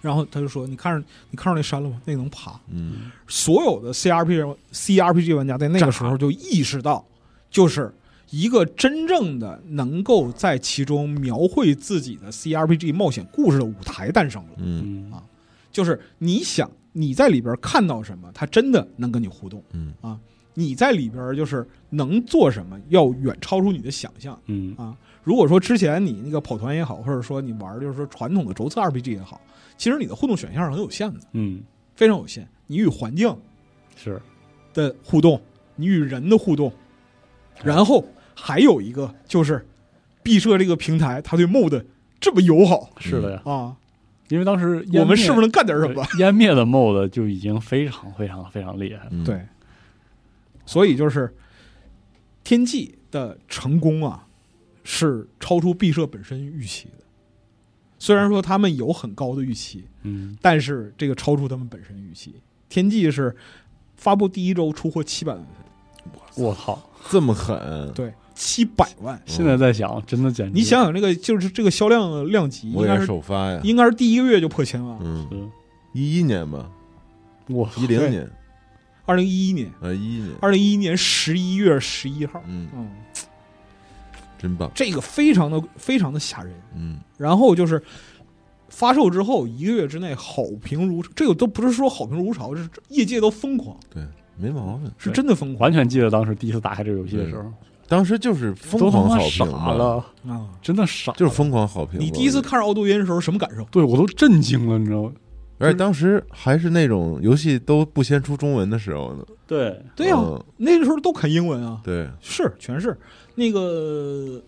B: 然后他就说：“你看着你看着那山了吗？那个能爬。
A: 嗯”
B: 所有的 CRPG CRPG 玩家在那个时候就意识到，就是一个真正的能够在其中描绘自己的 CRPG 冒险故事的舞台诞生了。
A: 嗯
C: 嗯
B: 啊就是你想你在里边看到什么，它真的能跟你互动；啊
A: 嗯
B: 你在里边就是能做什么，要远超出你的想象。啊
C: 嗯
B: 如果说之前你那个跑团也好，或者说你玩就是说传统的轴测 RPG 也好，其实你的互动选项是很有限的，
C: 嗯，
B: 非常有限。你与环境
C: 是
B: 的互动，你与人的互动，然后还有一个就是，毕设这个平台它对 MOD 这么友好
C: 是的呀，
B: 啊，
C: 因为当时湮灭
B: 我们是不是能干点什么？
C: 湮灭的 MOD 就已经非常非常非常厉害了。
A: 嗯，
B: 对，所以就是天际的成功啊，是超出毕设本身预期的。虽然说他们有很高的预期，
C: 嗯
B: 但是这个超出他们本身预期。天际是发布第一周出货七百万份，
C: 我操！
B: 哦
A: 这么狠，嗯
B: 对，七百万。
C: 现在在想，真的简直
B: 你想想，这个就是这个销量的量级，应
A: 我也
B: 该
A: 是
B: 是
A: 首发呀，
B: 应该是第一个月就破千万了。
A: 嗯，
C: 是
A: 一一年吧，
C: 我操
A: 一零
B: 啊对
A: 年，
B: 二零一一年，
A: 呃，一一年，
B: 二零一一年十一月十一号，
A: 嗯，
B: 嗯，
A: 真棒，
B: 这个非常的非常的吓人。
A: 嗯
B: 然后就是发售之后一个月之内好评如这个都不是说好评如潮，是业界都疯狂，
A: 对，没毛病，
B: 是真的疯狂
C: 完全记得当时第一次打开这个游戏的时候，
B: 嗯
A: 当时就是疯
C: 都他
A: 狂
C: 妈
A: 好
C: 傻
A: 评嘛，
C: 了，
B: 啊！
C: 真的傻了。
A: 就是疯狂好评嘛，
B: 你第一次看着《奥杜因》的时候什么感受？
C: 对我都震惊了，你知道吗？
A: 而且当时还是那种游戏都不先出中文的时候呢。
C: 对，
B: 对啊呀、
A: 嗯
B: 那个时候都啃英文啊，
A: 对，
B: 是全是那个。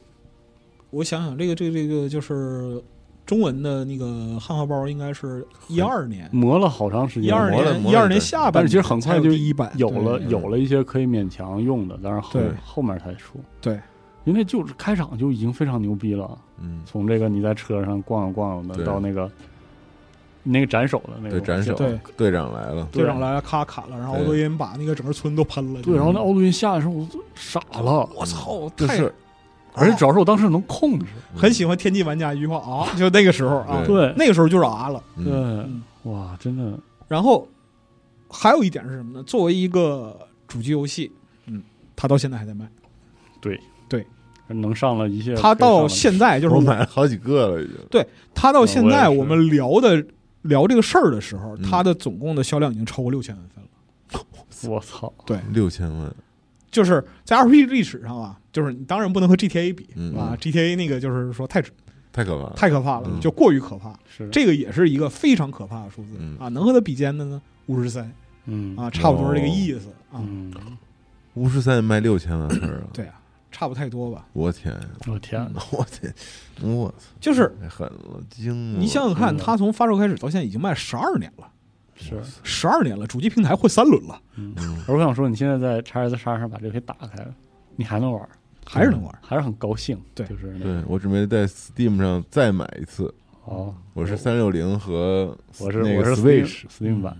B: 我想想，这个这个这个就是中文的那个汉化包，应该是一二年，
C: 磨了好长时间，
B: 一二
A: 磨了
B: 年
A: 磨
B: 一
A: 了
B: 二
A: 一
B: 年
A: 段
B: 下半
C: 但
B: 年才有第一版，
C: 是其实很快就有
B: 对
C: 了
A: 对
C: 有了一些可以勉强用的，但是后
B: 对
C: 后面才出。
B: 对，
C: 因为就是开场就已经非常牛逼了，
A: 嗯，
C: 从这个你在车上逛悠啊逛悠的，
A: 对
C: 到那个那个斩首的那
A: 对，
C: 个
A: 斩首
B: 对，
A: 队长来了，
B: 队长来了，咔砍了，然后奥
A: 对
B: 多因把那个整个村都喷了。
C: 对，
B: 就是
C: 然后那奥路因下来的时候，我都傻了，
B: 我操，
A: 就
B: 太
A: 是
C: 而且主要是我当时能控制，
B: 很喜欢天际玩家一句话啊，就那个时候啊，
A: 对
C: 对
B: [laughs] 那个时候就是啊了。
A: 嗯
C: 对
B: 嗯，
C: 哇，真的，
B: 然后还有一点是什么呢？作为一个主机游戏，嗯，它到现在还在卖，
C: 能上了一切可以上
B: 它
C: 的，
B: 到现在就是
A: 我
B: 我
A: 买了好几个了，已经。
B: 它
A: 啊
B: 到现在
C: 我也是
B: 我们聊的聊这个事儿的时候，
A: 嗯
B: 它的总共的销量已经超过六千万份了。
C: 我操，
A: 六千万，
B: 就是在 RPG 历史上啊，就是你当然不能和 GTA 比
A: 嗯
B: 啊，GTA 那个就是说太
A: 太可怕了，
B: 太可怕了，
A: 嗯
B: 就过于可怕。
C: 是，
B: 这个也是一个非常可怕的数字
A: 嗯
B: 啊，能和它比肩的呢，五十三
C: 嗯
B: 啊，差不多是这个意思啊。
C: 嗯，
A: 五十三卖六千万份 [coughs] 儿啊！
B: 对啊，差不太多吧。
A: 我天呀，
C: 我天哪，
A: 我天，我操，
B: 就是
A: 太狠了，惊了！嗯
B: 你想想看，
C: 真的
B: 它从发售开始到现在已经卖十二年了，
C: 是，
B: 十二年了，主机平台会三轮了，
C: 嗯。而我想说，你现在在 x S 叉上把这个给打开了，你还能玩儿，
B: 还是能玩。
C: 嗯还是很高兴。
B: 对
C: 就是那
A: 对我准备在 Steam 上再买一次，
C: 哦，
B: 嗯
A: 我是三六零和
C: 我是
A: 那
C: 我
A: 个
C: 是
A: Switch，
C: Steam 版，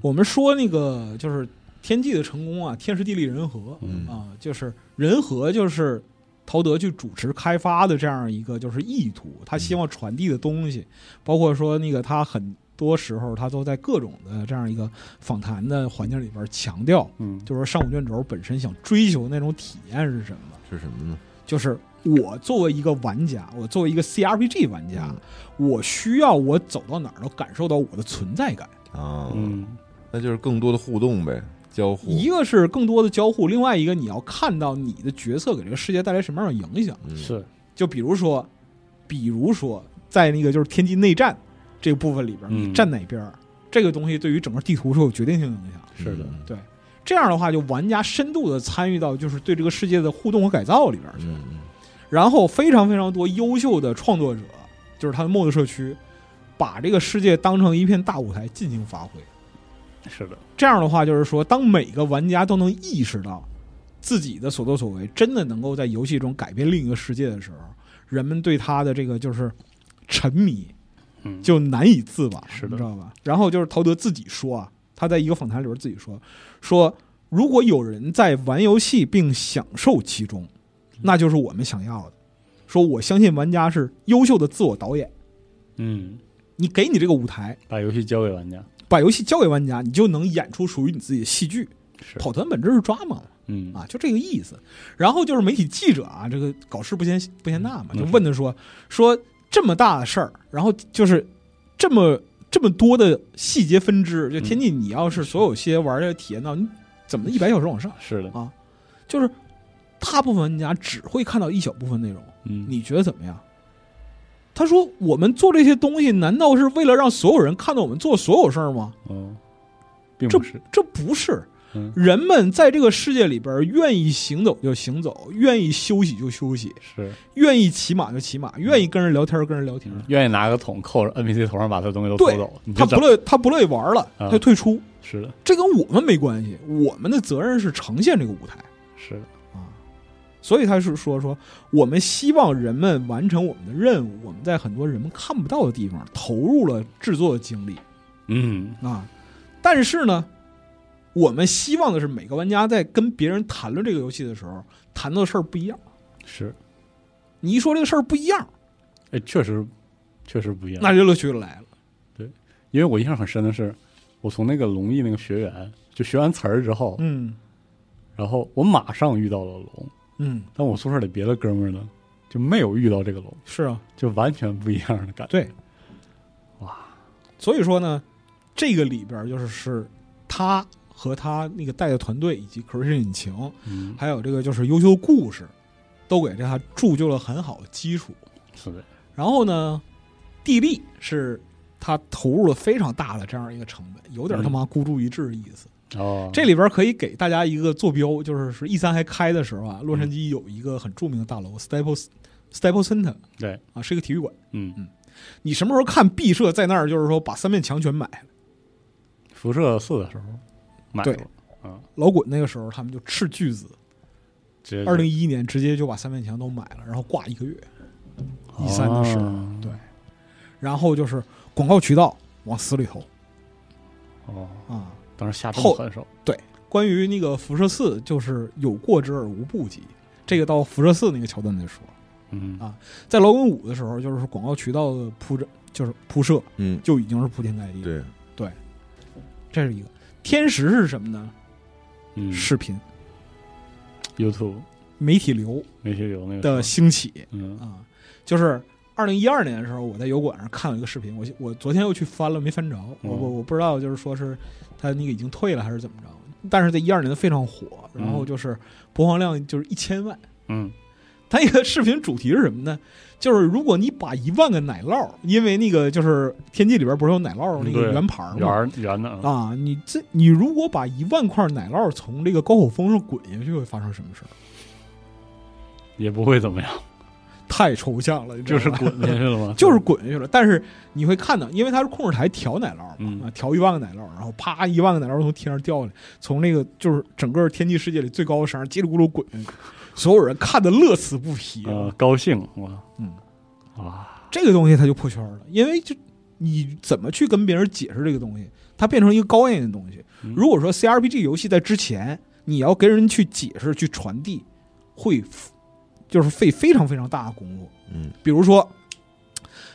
B: 我们说那个就是天际的成功啊，天时地利人和
A: 嗯
B: 啊，就是人和就是陶德去主持开发的这样一个就是意图，他希望传递的东西，包括说那个他很多时候他都在各种的这样一个访谈的环境里边强调，
C: 嗯，
B: 就是说上古卷轴本身想追求那种体验是什么。
A: 是什么呢？
B: 就是我作为一个玩家，我作为一个 CRPG 玩家，我需要我走到哪儿都感受到我的存在感。
A: 啊，
C: 嗯，
A: 那就是更多的互动呗，交互。
B: 一个是更多的交互，另外一个你要看到你的角色给这个世界带来什么样的影响。
A: 嗯，
C: 是，
B: 就比如说，比如说在那个就是天际内战这个部分里边，
C: 嗯
B: 你站哪边儿，这个东西对于整个地图是有决定性影响。
C: 是的
A: 嗯
B: 对这样的话，就玩家深度的参与到就是对这个世界的互动和改造里边去。
A: 嗯嗯
B: 然后非常非常多优秀的创作者，就是他的 mod 社区，把这个世界当成一片大舞台进行发挥。嗯
C: 是的，
B: 这样的话，就是说，当每个玩家都能意识到自己的所作所为真的能够在游戏中改变另一个世界的时候，人们对他的这个就是沉迷
C: 嗯，
B: 就难以自拔，
C: 是的
B: 你知道吧？然后就是陶德自己说啊，他在一个访谈里边自己说，说如果有人在玩游戏并享受其中，
C: 嗯
B: 那就是我们想要的。说我相信玩家是优秀的自我导演，
C: 嗯，
B: 你给你这个舞台，
C: 把游戏交给玩家，
B: 把游戏交给玩家，你就能演出属于你自己的戏剧。
C: 是，
B: 跑团本质是抓嘛，
C: 嗯，
B: 啊，就这个意思。然后就是媒体记者啊，这个搞事不嫌不嫌大嘛，
C: 嗯
B: 就问他说说这么大的事儿，然后就是这么这么多的细节分支，就
C: 嗯
B: 天际你要是所有细节玩的体验到，你怎么一百小时往上？
C: 是的，
B: 就是大部分玩家只会看到一小部分内容，
C: 嗯，
B: 你觉得怎么样？他说：“我们做这些东西，难道是为了让所有人看到我们做所有事儿吗？
C: 哦，并不是，
B: 这不是。
C: 嗯，
B: 人们在这个世界里边儿，愿意行走就行走，愿意休息就休息，
C: 是，
B: 愿意骑马就骑
C: 嗯
B: 马，愿意跟人聊天儿跟人聊天儿。
C: 愿意拿个桶扣着 NPC 头上，把他东西都
B: 嗯对
C: 偷走，嗯你
B: 他
C: 就
B: 不
C: 找，
B: 乐，他不乐意玩了，
C: 啊
B: 他就退出。
C: 是的，
B: 这跟我们没关系，我们的责任是呈现这个舞台
C: 是的，
B: 啊。所以他是说说，我们希望人们完成我们的任务，我们在很多人们看不到的地方投入了制作的精力
C: 嗯，
B: 啊。但是呢，我们希望的是每个玩家在跟别人谈论这个游戏的时候，谈到的事儿不一样。
C: 是，
B: 你一说这个事儿不一样，
C: 哎，确实，确实不一样。
B: 那这乐趣就来了。
C: 因为我印象很深的是，我从那个龙艺那个学员，就学完词儿之后，
B: 嗯
C: 然后我马上遇到了龙，
B: 嗯，
C: 但我宿舍里别的哥们儿呢，就没有遇到这个龙，
B: 是啊，
C: 就完全不一样的感觉。
B: 对，
C: 哇，
B: 所以说呢，这个里边儿就是是他和他那个带的团队，以及 Creation 引擎，
C: 嗯，
B: 还有这个就是优秀故事，都给这他铸就了很好的基础。
C: 是的，
B: 然后呢，地利是他投入了非常大的这样一个成本，有点他妈孤注一掷的意思。
C: 哦，
B: 这里边可以给大家一个坐标，就是是 E 三还开的时候啊，洛杉矶有一个很著名的大楼 Staples Staples Center
C: 对，
B: 啊，是一个体育馆。
C: 嗯，
B: 你什么时候看毕设在那儿，就是说把三面墙全买了？
C: 辐射四的时候买
B: 对
C: 过，啊，
B: 老滚那个时候他们就斥巨资，
C: 直接就
B: 二零一一年直接就把三面墙都买了，然后挂一个月，一三的时候，
C: 哦
B: 对，然后就是广告渠道往死里投
C: 哦，
B: 啊。
C: 当时下这
B: 后
C: 么狠手，
B: 关于那个辐射四，就是有过之而无不及，这个到辐射四那个桥段再说。
C: 嗯
B: 啊在老滚五的时候，就是广告渠道的铺着，就是铺设
A: 嗯，
B: 就已经是铺天盖地。，
A: 对，
B: 这是一个天时是什么呢？
C: 嗯
B: 视频
C: ，YouTube
B: 媒体流
C: 没学有那
B: 的
C: 个时
B: 兴起。
C: 候，嗯
B: 啊，就是二零一二年的时候，我在油管上看了一个视频，我我昨天又去翻了，没翻着，
C: 哦
B: 我我我不知道就是说是他那个已经退了还是怎么着，但是在一二年非常火，然后就是播放量就是一千万。
C: 嗯，
B: 他那个视频主题是什么呢？就是如果你把一万个奶酪，因为那个就是天际里边不是有奶酪那个
C: 对
B: 圆盘儿
C: 圆
B: 吗？
C: 儿圆的啊，
B: 啊，你这你如果把一万块奶酪从这个高口峰上滚下去，会发生什么事儿？
C: 也不会怎么样，
B: 太抽象了，你知道
C: 就
B: 吧
C: 是滚下去了吗？
B: [laughs] 就是滚下去了。但是你会看到，因为它是控制台调奶酪嘛，
C: 嗯
B: 啊，调一万个奶酪，然后啪一万个奶酪从天上掉下来，从那个就是整个天际世界里最高的山上叽里咕噜滚
C: 嗯
B: 下去，所有人看的乐此不疲。啊
C: 呃，高兴哇，
B: 嗯，
C: 啊，
B: 这个东西它就破圈了，因为就你怎么去跟别人解释这个东西，它变成一个高概念的东西。
C: 嗯
B: 如果说 CRPG 游戏在之前，你要跟人去解释、去传递，会 f- 就是费非常非常大的功夫。
A: 嗯
B: 比如说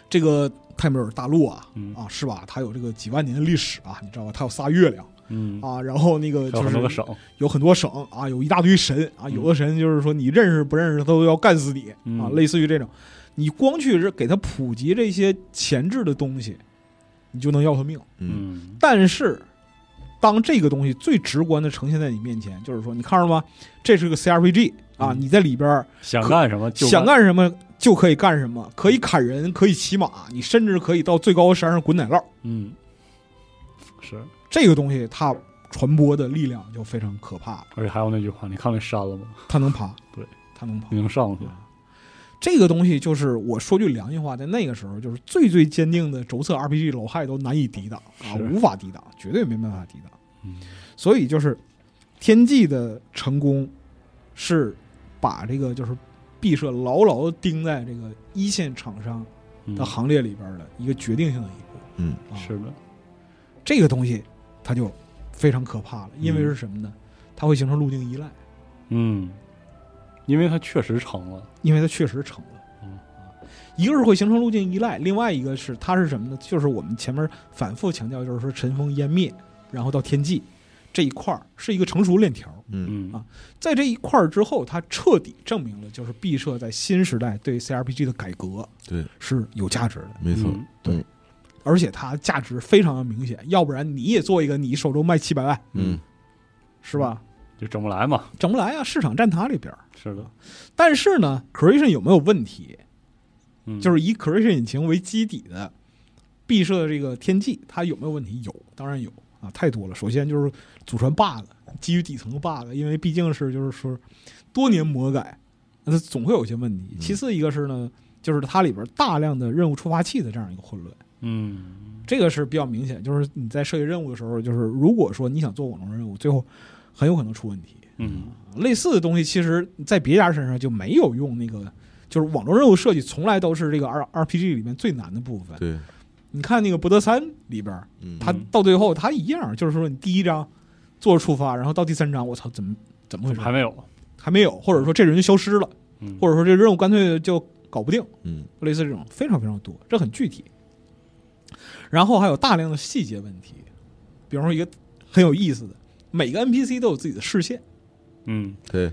B: 这个泰米尔大陆啊，
C: 嗯
B: 啊是吧？它有这个几万年的历史啊，你知道吧？它有仨月亮
C: 嗯，
B: 啊，然后那个
C: 还
B: 就
C: 有很多个
B: 是
C: 省，
B: 有很多省啊，有一大堆神啊，有的神就是说你认识不认识他都要干死你、啊，
C: 嗯嗯
B: 类似于这种，你光去是给他普及这些前置的东西，你就能要他命。
A: 嗯
C: 嗯
B: 但是，当这个东西最直观的呈现在你面前，就是说，你看着吗？这是个 CRPG 啊，
C: 嗯
B: 你在里边儿
C: 想干什么就
B: 想，干什么就可以干什么，可以砍人，可以骑马，你甚至可以到最高的山上滚奶酪。
C: 嗯，是，
B: 这个东西它传播的力量就非常可怕了，
C: 而且还有那句话，你看被删
B: [laughs]
C: 了吗？
B: 它能爬，
C: 对，
B: 它能爬
C: 你。能上去，
B: 这个东西就是我说句良心话，在那个时候，就是最最坚定的轴测 RPG 老害都难以抵挡啊，
C: 是
B: 无法抵挡，绝对没办法抵挡。
C: 嗯
B: 所以就是天际的成功是把这个就是毕设牢牢地钉在这个一线厂商
C: 嗯
B: 的行列里边的一个决定性的一步。
A: 嗯
B: 啊、
C: 是的，
B: 这个东西，它就非常可怕了，因为
C: 嗯
B: 是什么呢？它会形成路径依赖，
C: 嗯，因为它确实成了，
B: 因为它确实成了。
C: 嗯
B: 啊一个是会形成路径依赖，另外一个是它是什么呢？就是我们前面反复强调，就是说尘封湮灭，然后到天际这一块儿是一个成熟链条，
A: 嗯
C: 嗯
B: 啊在这一块儿之后，它彻底证明了，就是毕设在新时代对 CRPG 的改革，
A: 对
B: 是有价值的，
A: 没错，
C: 嗯
B: 而且它价值非常的明显。要不然你也做一个，你手中卖七百万，
A: 嗯
B: 是吧？
C: 就整不来嘛，
B: 整不来啊，市场占它这边儿。
C: 是的，
B: 但是呢，Creation 有没有问题？
C: 嗯
B: 就是以 Creation 引擎为基底的毕设的这个天际，它有没有问题？有，当然有啊，太多了。首先就是祖传 bug，基于底层的 bug，因为毕竟是就是说多年魔改，那它总会有一些问题。
A: 嗯
B: 其次一个是呢，就是它里边大量的任务触发器的这样一个混乱，
C: 嗯
B: 这个是比较明显。就是你在设计任务的时候，就是如果说你想做网络任务，最后很有可能出问题。
C: 嗯
B: 类似的东西，其实在别家身上就没有用那个，就是网络任务设计从来都是这个 R R P G 里面最难的部分。
A: 对，
B: 你看那个《博德三》里边，
A: 嗯
B: 它
C: 嗯
B: 到最后它一样，就是说你第一章做触发，然后到第三章，我操，怎么怎么回事？
C: 嗯还没有，
B: 还没有，或者说这人就消失了，
C: 嗯
B: 或者说这任务干脆就搞不定，
A: 嗯
B: 类似这种非常非常多，这很具体。然后还有大量的细节问题，比方说一个很有意思的，每个 N P C 都有自己的视线。
C: 嗯
A: 对，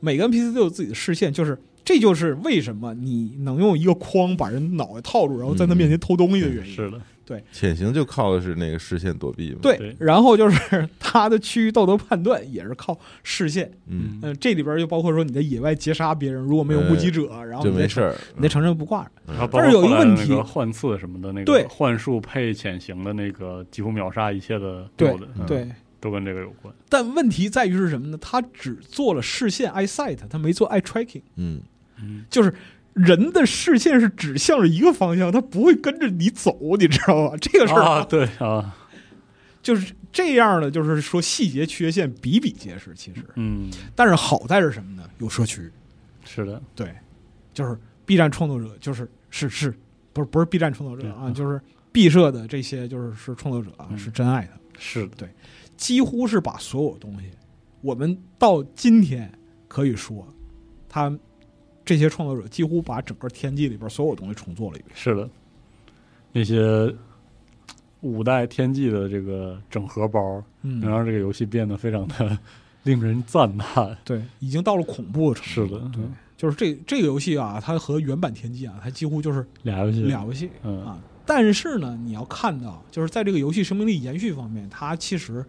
B: 每个 NPC 都有自己的视线，就是这就是为什么你能用一个框把人脑袋套住，然后在他面前偷东西的原因。
C: 嗯是的，
A: 潜行就靠的是那个视线躲避嘛，，
B: 对
C: 对，
B: 然后就是 [laughs] 他的区域道德判断也是靠视线。
A: 嗯，
B: 嗯、这里边就包括说你在野外截杀别人，如果没有目
C: 哎
B: 击者，然后
A: 就
B: 你在
A: 没事
B: 城
A: 儿，
B: 你在城镇不挂着。
A: 嗯
C: 然后包
B: 但是
C: 括
B: 有一个
C: 后来的
B: 问
C: 那
B: 题
C: 个换刺什么的，那个
B: 对
C: 幻术配潜行的那个几乎秒杀一切的
B: 对
C: 有的，嗯，
B: 对，
C: 都跟这个有关。
B: 但问题在于是什么呢？他只做了视线 eye sight，他没做 eye tracking，
A: 嗯
C: 嗯，
B: 就是。人的视线是指向着一个方向，他不会跟着你走，你知道吧？这个事儿
C: 啊，对啊，
B: 就是这样的，就是说细节缺陷比比皆是。其实，
C: 嗯，
B: 但是好在是什么呢？有社区，
C: 是的，
B: 对，就是 B 站创作者，就是是是，不是不是 B 站创作者啊，
C: 对
B: 就是毕设的这些就是是创作者啊，
C: 嗯
B: 是真爱的，
C: 是的，
B: 几乎是把所有东西，我们到今天可以说，他这些创作者几乎把整个天际里边所有东西重做了一遍。
C: 是的，那些五代天际的这个整合包，
B: 嗯，
C: 能让这个游戏变得非常的 [laughs] 令人赞叹。
B: 对，已经到了恐怖的程
C: 是
B: 度。
C: 的，
B: 对
C: 嗯，
B: 就是这这个游戏啊，它和原版天际啊，它几乎就是
C: 俩游戏，
B: 俩游戏。
C: 嗯
B: 啊。但是呢，你要看到，就是在这个游戏生命力延续方面，它其实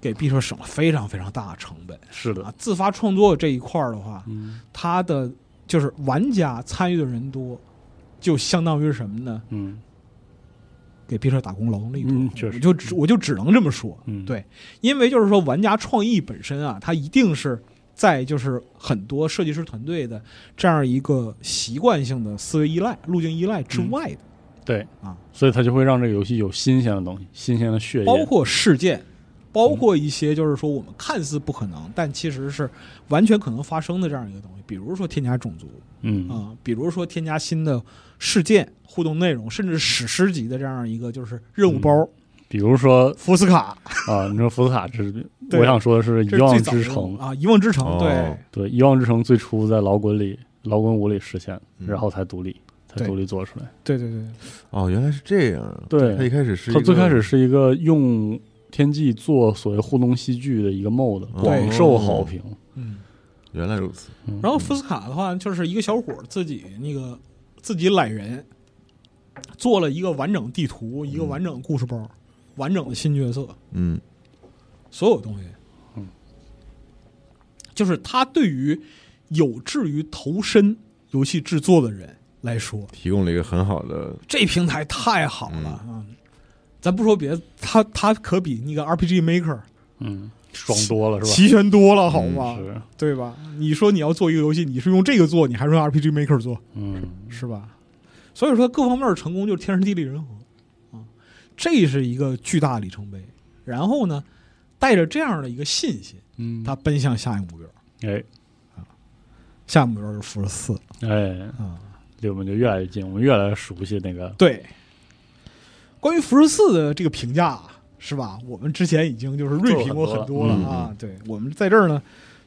B: 给毕设省了非常非常大的成本
C: 是的，
B: 啊。自发创作这一块儿的话，
C: 嗯
B: 它的就是玩家参与的人多，就相当于是什么呢？
C: 嗯
B: 给毕设打工劳动力多。
C: 嗯确实
B: 我就只我就只能这么说，
C: 嗯，
B: 对因为就是说玩家创意本身啊，它一定是再就是很多设计师团队的这样一个习惯性的思维依赖、路径依赖之
C: 嗯
B: 外的，
C: 对
B: 啊，
C: 所以它就会让这个游戏有新鲜的东西，新鲜的血液。
B: 包括事件，包括一些就是说我们看似不可能，但其实是完全可能发生的这样一个东西，比如说添加种族
C: 嗯
B: 啊、比如说添加新的事件、互动内容，甚至史诗级的这样一个就是任务包、
C: 嗯比如说
B: 福斯卡，
C: 啊，你说福斯卡之，
B: 对
C: 我想说的是
B: 这
C: 《
B: 是
C: 遗忘
B: 最早的
C: 之
B: 任务
C: 城》。
B: 啊，遗忘之城，对
A: 哦，
C: 对，《遗忘之城》最初在老滚里、老滚五里实现，
A: 嗯
C: 然后才独立，才
B: 对
C: 独立做出来。
B: 对对对，
A: 哦，原来是这样。
C: 对
A: 他一开始是一
C: 它
A: 个
C: 最开始是一个用天际做所谓互动戏剧的一个 mode，
A: 哦
C: 广受好评。
B: 嗯。
A: 原来如此，
C: 嗯
B: 然后福斯卡的话，就是一个小伙儿自己那个自己懒人，做了一个完整地图，一个
C: 嗯
B: 完整的故事包，完整的新角色，
A: 嗯
B: 所有东西。
C: 嗯，
B: 就是他对于有志于投身游戏制作的人来说，
A: 提供了一个很好的
B: 这平台太好了
C: 嗯
B: 啊、咱不说别的，他他可比那个 RPG Maker
C: 嗯，爽多了是吧？嗯
B: 齐全多了，好吗？
C: 是，
B: 对吧？你说你要做一个游戏，你是用这个做，你还是用 RPG Maker 做？
C: 嗯，
B: 是吧？所以说各方面的成功就是天时地利人和啊，这是一个巨大的里程碑。然后呢，带着这样的一个信心，
C: 嗯，
B: 他奔向下一个目标，
C: 哎
B: 下一个目标就是福十四
C: 哎，
B: 啊。
C: 离我们就越来越近，我们越来越熟悉那个，
B: 对，关于福十四的这个评价啊是吧？我们之前已经就是锐评过很
A: 做
B: 多了
A: 了很多了
B: 啊。对我们在这儿呢，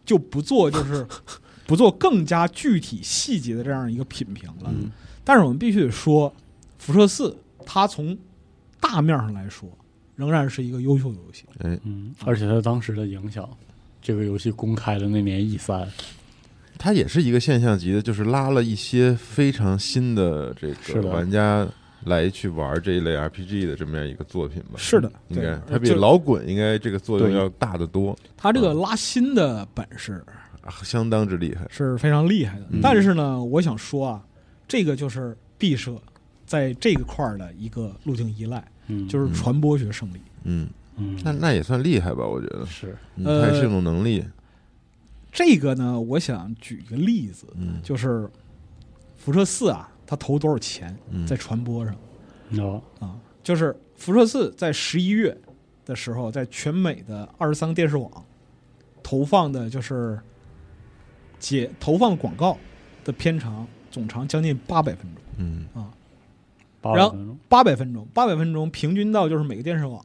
B: 就不做就是
A: [laughs]
B: 不做更加具体细节的这样一个品评了。
C: 嗯
B: 但是我们必须得说，《辐射四》它从大面上来说，仍然是一个优秀的游戏。
C: 嗯，而且它当时的影响，这个游戏公开的那年 E 三，
A: 它也是一个现象级的，就是拉了一些非常新的这
C: 是
A: 个
C: 的
A: 玩家来去玩这一类 RPG 的这么样一个作品吧。
B: 是的
A: 应该
B: 对
A: 它比
B: 就是
A: 老滚应该这个作用
C: 对
A: 要大得多，
B: 它这
A: 嗯
B: 个拉新的本事
A: 啊相当之厉害。
B: 是非常厉害的。
A: 嗯
B: 但是呢，我想说啊，这个就是毕设在这个块儿的一个路径依赖，
C: 嗯，
B: 就是是传播学胜利。
A: 嗯，
C: 嗯，
A: 那那也算厉害吧，我觉得，
C: 是
A: 嗯它
B: 呃
A: 也是一种能力。
B: 这个呢，我想举一个例子，
A: 嗯
B: 就是《辐射四》啊，它投多少钱
A: 嗯，
B: 在传播上？
C: 哦，
B: 啊，就是《辐射四》在十一月的时候，在全美的二十三个电视网投放的，就是解投放广告的片长总长将近八百分钟，
A: 嗯
C: 八百
B: 然后
C: 分钟，
B: 八百分钟，八百分钟平均到就是每个电视网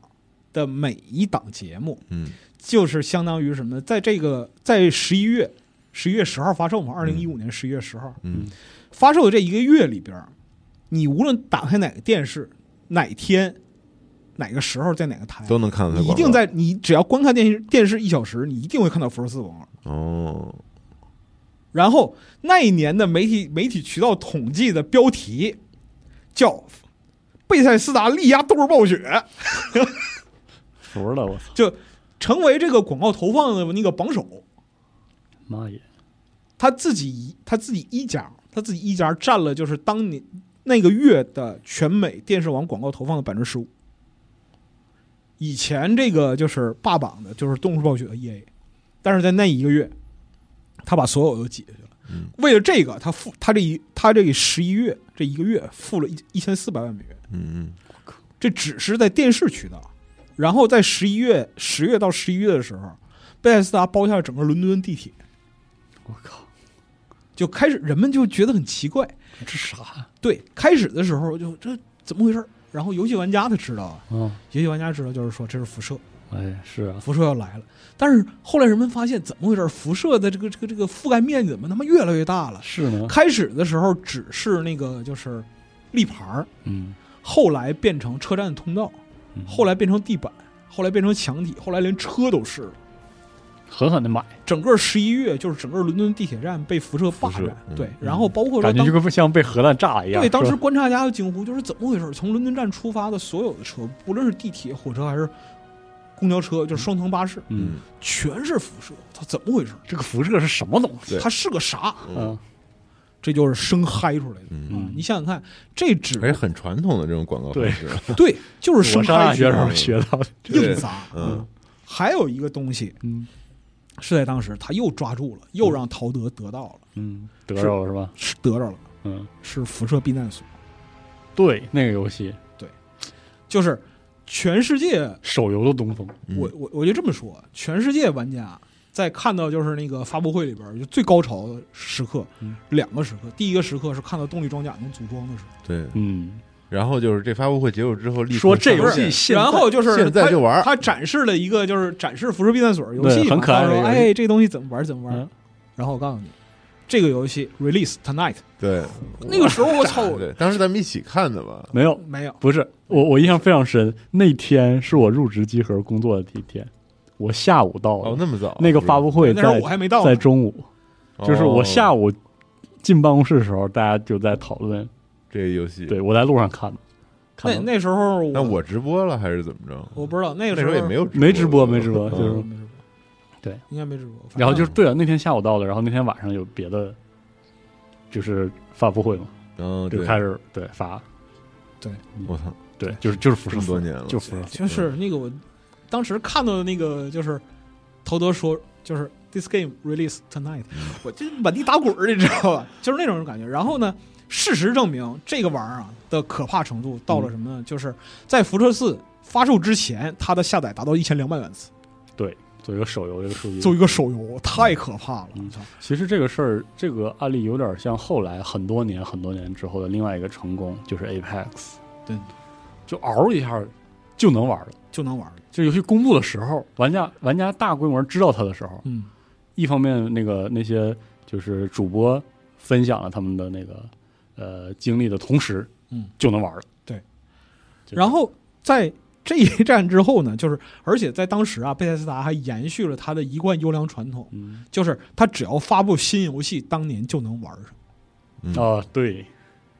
B: 的每一档节目，
A: 嗯
B: 就是相当于什么呢？在这个在十一月十一月十号发售嘛，二零一五年十一月十号，
A: 嗯
B: 发售的这一个月里边儿，你无论打开哪个电视、哪天、哪个时候，在哪个
C: 嗯
B: 台，
A: 都能看到它
B: 你
A: 广告。
B: 一定在你只要观看电视电视一小时，你一定会看到《福尔斯广告。
A: 哦，
B: 然后那一年的媒体媒体渠道统计的标题叫“贝塞斯达力压斗士暴雪
C: 服了，我操，”，
B: 成为这个广告投放的那个榜首。
C: 妈耶，
B: 他自己一他自己一家，他自己一家占了就是当年那个月的全美电视网广告投放的百分之十五。以前这个就是霸榜的，就是《动物暴雪》和 EA，但是在那一个月，他把所有都挤下去了。
A: 嗯
B: 为了这个，他付他这一他这十一月这一个月付了一一千四百万美元，
A: 嗯
B: 这只是在电视渠道。然后在十一月十月到十一月的时候，贝塞斯达包下了整个伦敦地铁，
C: 我靠，
B: 就开始人们就觉得很奇怪，
C: 这啥？
B: 对，开始的时候就这怎么回事儿？然后游戏玩家他知道啊，
C: 嗯，
B: 游戏玩家知道就是说这是辐射，
C: 哎，是啊，
B: 辐射要来了。但是后来人们发现怎么回事儿？辐射的这个这个这个覆盖面积怎么他妈越来越大了？
C: 是呢，
B: 开始的时候只是那个就是立牌儿，
C: 嗯，
B: 后来变成车站通道，
C: 嗯
B: 后来变成地板，后来变成墙体，后来连车都是了。
C: 狠狠的买，
B: 整个十一月就是整个伦敦地铁站被辐射霸
A: 辐射
B: 占，
A: 嗯
B: 对，然后包括说
C: 感觉
B: 当
C: 就跟像被核弹炸一样。
B: 对，当
C: 是
B: 时
C: 吧
B: 观察家就惊呼，就是怎么回事？从伦敦站出发的所有的车，不论是地铁、火车还是公交车，就是双层巴士，
C: 嗯，
A: 嗯
B: 全是辐射。它怎么回事？
C: 这个辐射是什么东西？
A: 对
B: 它是个啥？
C: 嗯，
B: 这就是生嗨出来的。
A: 嗯，
B: 啊
C: 嗯！
B: 你想想看，这只
A: 而且很传统的这种广告方
C: 对
A: 式。
B: 对，就
C: 我
B: 是生
C: 上大
B: 嗨出
C: 学
B: 来
C: 时
B: 的
C: [laughs] 候学到的。
A: 对
B: 硬砸。
A: 嗯
B: 还有一个东西，
C: 嗯
B: 是在当时他又抓住了，又让陶德得到了，
C: 嗯，得着了是吧？
B: 是得着了，
C: 嗯，
B: 是辐射避难所，
C: 对，那个游戏
B: 就是全世界
C: 手游的东风，
A: 嗯
B: 我我我就这么说，全世界玩家在看到就是那个发布会里边儿就最高潮的时刻，
C: 嗯
B: 两个时刻，第一个时刻是看到动力装甲能组装的时候，
A: 对，
C: 嗯，
A: 然后就是这发布会结束之后，立刻
C: 说这游
A: 上
C: 戏
A: 线
C: 现在
B: 然后就是
A: 现在
B: 他
A: 就玩儿
B: 他展示了一个就是展示辐射避难所游戏
C: 对
B: 嘛，
C: 很可爱
B: 他说
C: 这个游戏
B: 哎，这东西怎么玩儿怎么玩儿。
C: 嗯
B: 然后我告诉你，这个游戏 release tonight，
A: 对
B: 那个时候我操，
A: 对，当时咱们一起看的吧，
C: 没有，
B: 没有，
C: 不是我我印象非常深，那天是我入职集合工作的第一天，我下午到的
A: 哦，那么早，
C: 那个发布会
B: 那时候
C: 在
B: 我还没到呢
C: 在中午，就是我下
A: 午
C: 午进办公室的时候，大家就在讨论，
A: 这个游戏，
C: 对我在路上看的，看
B: 那
C: 到
B: 那时候我
A: 那我直播了还是怎么着？
B: 我不知道那
A: 那
B: 个
A: 时候也没有
C: 没直播
A: 了
C: 没直播
A: 嗯
C: 就是
B: 没直播，
C: 对，
B: 应该没直播。反正
C: 然后就是对啊，那天下午到的，然后那天晚上有别的，就是发布会嘛，
A: 嗯，
C: 就
A: 对，
C: 开始对发，
A: 我操，
C: 对，就是就是辐
A: 这
C: 射
A: 么多
C: 四，
A: 年了，
C: 就辐射四，
B: 就是
A: 嗯
B: 那个我当时看到的那个就是陶德说就是 this game release tonight，我
A: 嗯
B: [laughs] 就满地打滚儿，你知道吧？就是那种感觉。然后呢，事实证明这个玩意儿啊的可怕程度到
C: 嗯
B: 了什么呢？就是在辐射四。发售之前，它的下载达到一千两百万次，
C: 作为一个手游这个数据，
B: 作为一个手游，太可怕了！我
C: 嗯
B: 操
C: 其实这个事儿，这个案例有点像后来很多年、很多年之后的另外一个成功，就是 Apex。
B: 对，
C: 就嗷一下就能玩了。
B: 就能玩了。
C: 这游戏公布的时候，玩家玩家大规模知道它的时候，
B: 嗯，
C: 一方面那个那些就是主播分享了他们的那个呃经历的同时，
B: 嗯，
C: 就能玩了。
B: 对
C: 就，
B: 然后在这一战之后呢，就是而且在当时啊，贝塞斯达还延续了他的一贯优良传统，
C: 嗯
B: 就是他只要发布新游戏，当年就能玩上。
A: 嗯
C: 啊，对，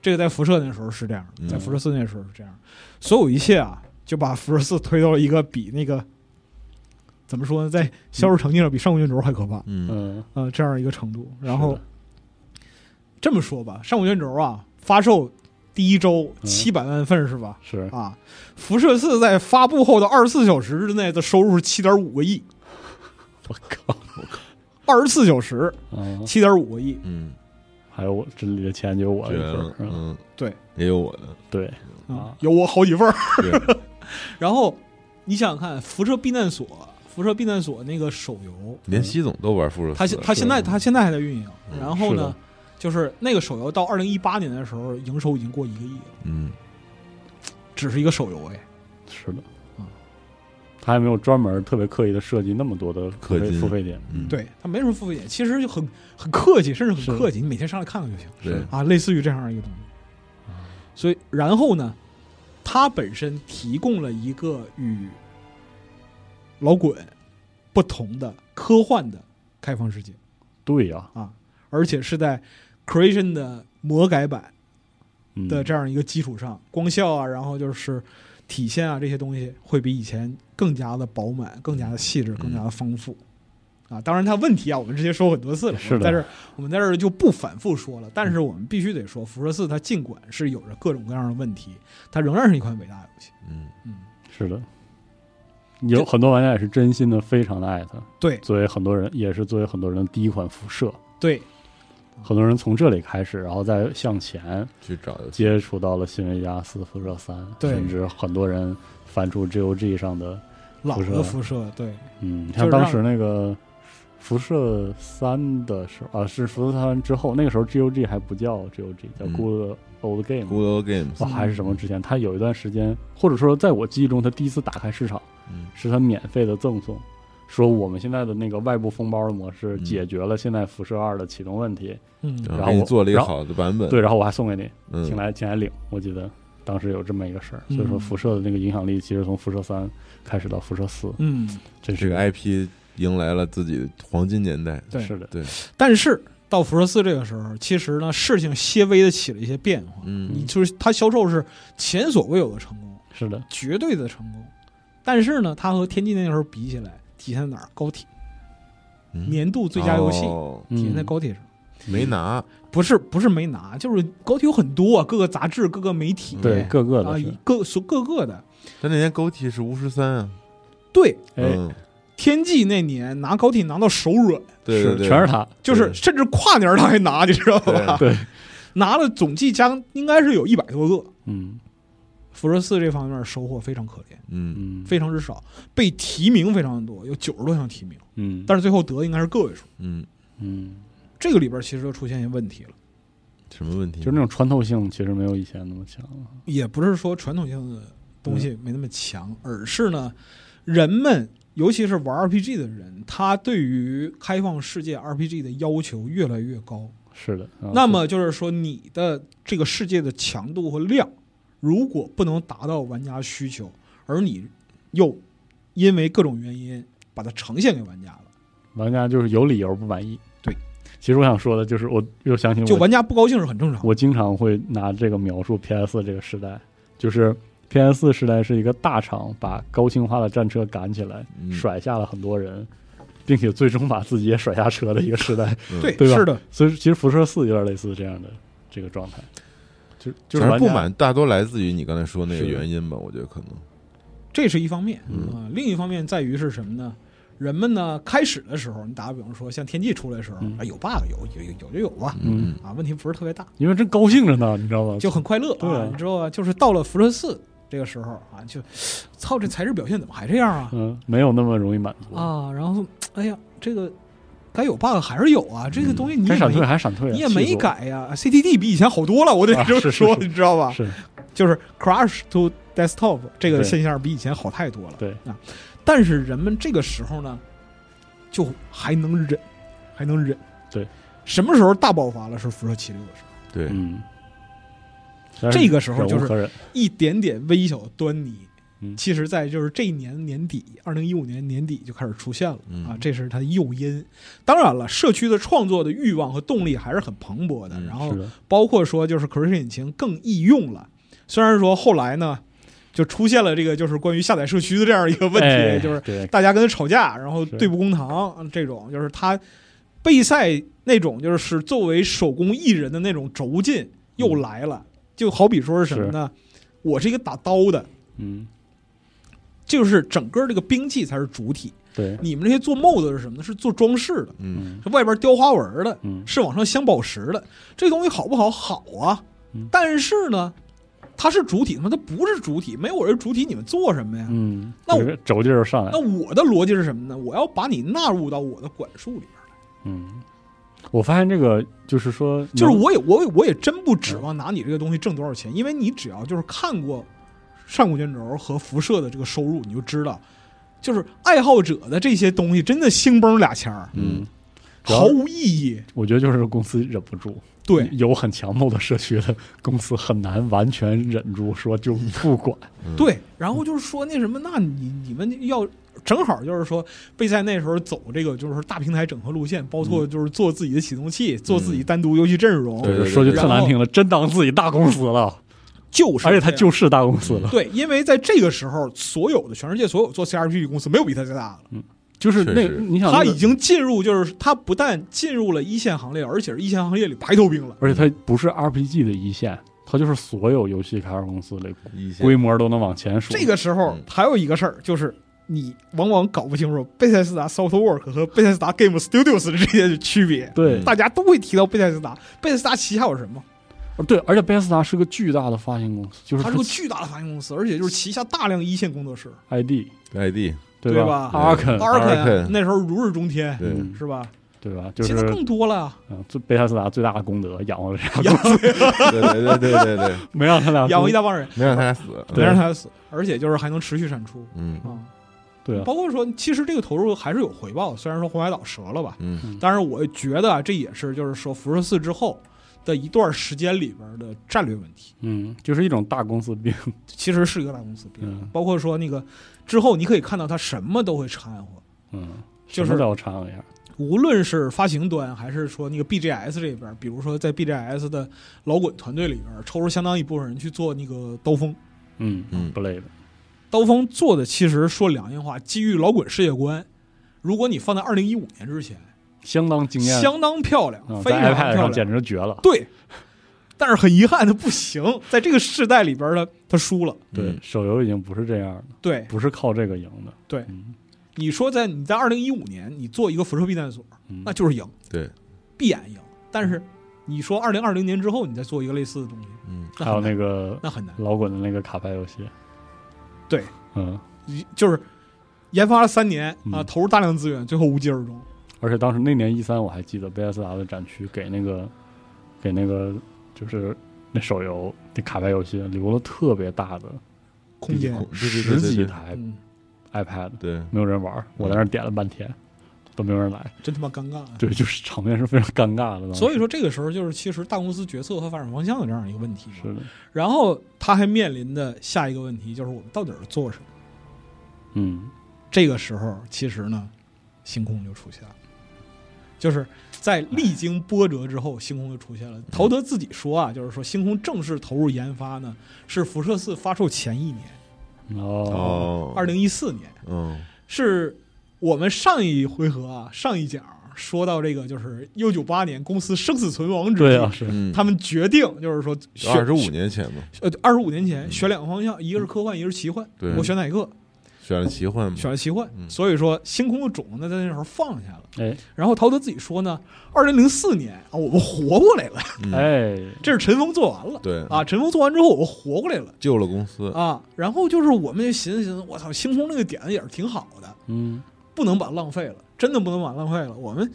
B: 这个在辐射那时候是这样的，
A: 嗯
B: 在辐射四那时候是这样的，所有一切啊，就把辐射四推到了一个比那个怎么说呢，在销售成绩上比上古卷轴还可怕，
A: 嗯
C: 嗯，
B: 呃，这样一个程度。然
C: 是
B: 后
C: 的
B: 这么说吧，上古卷轴啊，发售第一周
C: 嗯
B: 七百万份是吧？
C: 是
B: 啊，辐射四在发布后的二十四小时之内的收入是七点五个亿，
C: 我靠，
B: 二十四小时
C: 嗯，
B: 七点五个亿，
A: 嗯，
C: 还有我这里的钱就有我的
A: 绝
C: 一份
A: 了
C: 儿，，嗯，
A: 嗯，
B: 对，
A: 也有我的，
C: 对，
B: 嗯
C: 啊
B: 有我好几份儿。
A: 对，
B: [laughs] 然后你想想看，辐射避难所，辐射避难所那个手游，
C: 嗯
A: 连习总都玩辐射四，
B: 它现它现在它现在还在运营，
A: 嗯
B: 然后
C: 是
B: 呢
C: 的，
B: 就是那个手游到二零一八年的时候，营收已经过一个亿了，
A: 嗯，
B: 只是一个手游哎，
C: 是的
B: 嗯，
C: 他还没有专门特别刻意的设计那么多的付
A: 氪
C: 费
A: 金
C: 付费点，
A: 嗯，
B: 对，它没什么付费点，其实就很很客气，甚至
C: 是
B: 很客气，你每天上来看看就行。
A: 对，
B: 啊，类似于这样一个东西。所以，然后呢，它本身提供了一个与老滚不同的科幻的开放世界
C: 对呀、
B: 啊，而且是在 Creation 的魔改版
C: 嗯，
B: 的这样一个基础上，光效啊，然后就是体现啊这些东西会比以前更加的饱满、更
C: 嗯
B: 加的细致、更加的丰富。啊，当然，它问题啊，我们之前说过很多次了，
C: 是
B: 我们在
C: 的嗯
B: 这儿我们在这儿就不反复说了。但是我们必须得说，辐射四它尽管是有着各种各样的问题，它仍然是一款伟大的游戏。
A: 嗯，
B: 嗯，
C: 是的，有很多玩家也是真心的非常的爱它，
B: 对
C: 作为很多人也是作为很多人的第一款辐射，
B: 对，
C: 很多人从这里开始，然后再向前
A: 去找游戏，
C: 接触到了新维加斯、辐射三，
B: 对
C: 甚至很多人翻出 GOG 上的，
B: 老
C: 辐
B: 的
C: 射
B: 辐射，对，
C: 嗯，
B: 就
C: 像
B: 是
C: 当
B: 让
C: 时那个。辐射三的时候啊，是辐射三之后，那个时候 G O G 还不叫 G O G，叫
A: 嗯
C: Good Old Game，、
A: Good Old Games，
C: 哇，还是什嗯么之前，他有一段时间，或者嗯说在我记忆中，他第一次打开市场
A: 嗯
C: 是他免费的赠送，说我们现在的那个外部封包的模式
A: 嗯
C: 解决了现在辐射二的启动问题，
B: 嗯，
A: 然后
C: 然后
A: 给你
C: 我
A: 做了一个
C: 然后
A: 好的版本，
C: 对，然后我还送给你，请
A: 嗯，
C: 来请来领，我记得当时有这么一个事儿，所以说
B: 嗯
C: 辐射的那个影响力其实从辐射三开始到辐射四，
B: 嗯，
A: 这
C: 真是
A: 个 IP 迎来了自己的黄金年代，
B: 对。
C: 是的，
A: 对，
B: 但是到辐射四这个时候，其实呢，事情些微的起了一些变化。
A: 嗯
B: 你就是它销售是前所未有的成功，
C: 是的，
B: 绝对的成功。但是呢，它和天际那时候比起来，体现在哪儿？高铁
A: 嗯
B: 年度最佳游戏、
A: 哦
B: 体现在
C: 嗯
B: 高铁上，
A: 没拿，
B: 不是不是没拿，就是高铁有很多、啊、各个杂志、各个媒
A: 嗯
B: 体，
C: 嗯对各个
B: 啊
C: 的是，，哎
B: 各各各个的，
A: 但那年 GOT 是巫师三啊，
B: 对，
C: 哎，
A: 嗯，
B: 天际那年拿高铁拿到手软，
A: 对对啊对，
C: 是全是他，
B: 就是甚至跨年儿他还拿，你知道吧？
C: 对对，
B: 拿了总计加应该是有一百多个。
C: 嗯
B: 辐射四这方面收获非常可怜，
A: 嗯，
C: 嗯，
B: 非常之少，被提名非常多，有九十多项提名，
C: 嗯，
B: 但是最后得应该是个位数。
A: 嗯，
C: 嗯，
B: 这个里边其实就出现一些问题了，
A: 什么问题？
C: 就是那种穿透性其实没有以前那么强了，
B: 也不是说传统性的东
C: 嗯
B: 西没那么强，而是呢，人们尤其是玩 RPG 的人，他对于开放世界 RPG 的要求越来越高。
C: 是的。啊
B: 那么就是说，你的这个世界的强度和量，如果不能达到玩家需求，而你又因为各种原因把它呈现给玩家了，
C: 玩家就是有理由不满意。
B: 对，
C: 其实我想说的就是，我又想起
B: 就
C: 我
B: 玩家不高兴是很正常的。
C: 我经常会拿这个描述 PS 这个时代，就是 PS 时代是一个大厂把高清化的战车赶起来，
A: 嗯
C: 甩下了很多人，并且最终把自己也甩下车的一个时代。
A: 嗯
B: 对，
C: 对吧
B: 是的，
C: 所以其实辐射四有点类似这样的这个状态，就就是
A: 反
C: 玩
A: 正
C: 家
A: 不满大多来自于你刚才说那个
C: 是
A: 原因吧，我觉得可能，
B: 这是一方面
A: 嗯
B: 啊、另一方面在于是什么呢？人们呢，开始的时候，你打个比方说，像天际出来的时候，
C: 嗯
B: 啊，有 bug，有有有有就有吧，
A: 嗯
B: 啊，问题不是特别大，
C: 因为正高兴着呢，你知道吗？
B: 就很快乐
C: 对啊
B: 你知道吧？就是到了辐射四这个时候啊，就操，这材质表现怎么还这样啊？
C: 嗯，没有那么容易满足。
B: 啊，然后哎呀，这个该有 bug 还是有啊，这个东西你也
C: 该闪退
B: 没、
C: 还闪退啊，
B: 你也
C: 气死
B: 没
C: 我
B: 改呀、c t d 比以前好多了，我得
C: 啊
B: 这么
C: 是是
B: 说，
C: 是
B: 你知道吧？
C: 是
B: 就是 crash to desktop 这个
C: 对
B: 现象比以前好太多了。
C: 对
B: 啊，但是人们这个时候呢，就还能忍，还能忍。
C: 对，
B: 什么时候大爆发了？是辐射七六的时候，
A: 对，
C: 嗯，
B: 这个时候就是
C: 忍无可忍
B: 一点点微小的端倪。
C: 嗯
B: 其实，在就是这一年年底，二零一五年年底就开始出现了、
A: 嗯
B: 啊，这是它的诱因。当然了，社区的创作的欲望和动力还是很蓬勃的。
A: 嗯
B: 然后
C: 是的，
B: 包括说就是 Creation 引擎更易用了。虽然说后来呢，就出现了这个就是关于下载社区的这样一个问题，
C: 哎
B: 就是
C: 对，
B: 大家跟他吵架，然后
C: 是
B: 对簿公堂这种，就是他备赛那种就是作为手工艺人的那种轴劲又来了。就好比说是什么呢？我是一个打刀的，
C: 嗯，
B: 就是整个这个兵器才是主体。
C: 对，
B: 你们这些做 mod 是什么呢？是做装饰的，
A: 嗯，
C: 嗯
B: 是外边雕花纹的，
C: 嗯，
B: 是往上镶宝石的，这东西好不好？好啊
C: 嗯，
B: 但是呢，它是主体，他妈它不是主体，没有我这主体，你们做什么呀？
C: 嗯，
B: 那我
C: 这个轴劲儿上来
B: 那，我的逻辑是什么呢？我要把你纳入到我的管束里边来，
C: 嗯，我发现这个就是说，
B: 就是我也我也我也真不指望拿你这个东西挣多少钱，因为你只要就是看过上古卷轴和辐射的这个收入，你就知道，就是爱好者的这些东西真的兴崩俩钱儿，
C: 嗯，主要
B: 毫无意义。
C: 我觉得就是公司忍不住，
B: 对，
C: 有很强迫的社区的公司很难完全忍住，说就不管，
B: 对，然后就是说那什么，那你你们要正好就是说，备赛那时候走这个就是大平台整合路线，包
C: 嗯
B: 括就是做自己的启动器，做自己单独游戏阵容，
A: [laughs] 对对对
C: 说句
A: 对
C: 特难听的，真当自己大公司了，
B: 就是
C: 而
B: 这样，
C: 且他就是大公司
A: 嗯
C: 了，
B: 对，因为在这个时候，所有的全世界所有做 CRPG 的公司没有比他最大的了。
C: 就是那
A: 确实
C: 你想
B: 他
C: 那个
B: 已经进入，就是他不但进入了一线行列，而且是一线行业里排头兵了。
C: 而且它不是 RPG 的一线，它就是所有游戏开发公司里
A: 一些
C: 规模都能往前数。
B: 这个时候
A: 嗯
B: 还有一个事儿，就是你往往搞不清楚贝塞斯达 Softwork 和贝塞斯达 Game Studios 的这些区别。
C: 对
B: 大家都会提到贝塞斯达，贝塞斯达旗下有什么？
C: 对，而且贝斯达是个巨大的发行公司，就是
B: 它是个巨大的发行公司，而且就是旗下大量一线工作室，
C: ID
A: ID，
B: 对
C: 吧
B: 吧
C: a r k
A: Arkane
C: n
B: 阿尔肯
A: Arkane
B: 那时候如日中天，
A: 对，
C: 嗯
B: 是吧？
C: 对吧？就
B: 现在
C: 是
B: 更多了啊，
C: 嗯，最贝斯达最大的功德养活了这样，
B: 养
A: 对对对对对对，
C: [laughs]
A: [laughs]
C: 没让他俩
B: 养活一大帮人，
A: 没让他俩死，
C: [laughs] 对
B: 没让他死，而且就是还能持续产出
A: 嗯
B: 啊。
C: 对啊，
B: 包括说，其实这个投入还是有回报的，虽然说红海岛折了吧，
A: 嗯
B: 但是我觉得啊，这也是就是说辐射四之后的一段时间里边的战略问题，
C: 嗯，就是一种大公司病， [laughs]
B: 其实是一个大公司变化
C: 嗯
B: 包括说那个之后，你可以看到它什么都会掺和，
C: 嗯，
B: 就是
C: 什么都要掺和一下，
B: 无论是发行端还是说那个 BGS 这边，比如说在 BGS 的老滚团队里边，抽出相当一部分人去做那个刀锋。
C: 嗯
A: 嗯
C: 不累的，
B: 刀锋做的其实说良心话，基于老滚世界观，如果你放在二零一五年之前，
C: 相当惊艳，
B: 相当漂亮，
C: 嗯
B: 非常
C: 在 iPad
B: 漂
C: 上
B: 亮。
C: 简直绝了，
B: 对，但是很遗憾的不行，在这个世代里边呢，他输了。
C: 对，
A: 嗯
C: 手游已经不是这样了，
B: 对
C: 不是靠这个赢的，
B: 对
C: 嗯，
B: 你说在你在二零一五年，你做一个辐射避难所，
C: 嗯
B: 那就是赢，
A: 对，
B: 必然赢。但是你说二零二零年之后，你再做一个类似的东西，
A: 嗯，
B: 那
C: 还有
B: 很
C: 那
B: 难，
C: 个
B: 那很难。
C: 老滚的那个卡牌游戏，
B: 对，
C: 嗯，
B: 一就是研发了三年啊，
C: 嗯
B: 投入大量资源，最后无疾而终。
C: 而且当时那年一三我还记得贝斯达的展区给那个给那个就是那手游那卡牌游戏留了特别大的
B: 空间，
A: 空对对
C: 十
A: 对
C: 几
A: 对
C: 台
B: 嗯，
C: iPad，
A: 对，
C: 没有人玩儿，我在那儿点了半天都没有人来，
B: 真他妈尴尬啊。
C: 对，就是场面是非常尴尬的。
B: 所以
C: 说
B: 说，这个时候就是其实大公司决策和发展方向的这样一个问题嘛。
C: 是的，
B: 然后他还面临的下一个问题就是我们到底是做什么？
C: 嗯
B: 这个时候，其实呢，星空就出现了，就是在历经波折之后，星空就出现了。陶德自己说啊，就是说星空正式投入研发呢，是辐射四发售前一年，
C: 哦，
A: 哦，
B: 二，零一四年，
A: 嗯，
B: 是我们上一回合啊，上一讲说到这个，就是一九九八年公司生死存亡之
C: 对
B: 际，
C: 啊，是
A: 嗯，
B: 他们决定就是说选
A: 二十五年前嘛，
B: 呃，二十五年前
A: 嗯
B: 选两个方向，一个是科幻，一个是奇幻。
A: 对
B: 我选哪个？
A: 选了奇幻嘛，
B: 选了奇幻。
A: 嗯
B: 所以说，星空的种呢，在那时候放下了。
C: 哎
B: 然后陶德自己说呢，二零零四年啊，我们活过来了， [laughs]
A: 嗯，
C: 哎，
B: 这是陈峰做完了。
A: 对，
B: 啊，陈峰做完之后，我们活过来了
A: 救了公司，
B: 啊。然后就是我们也寻思寻思，我操，星空那个点子也是挺好的，
C: 嗯，
B: 不能把它浪费了，真的不能把它浪费了。我们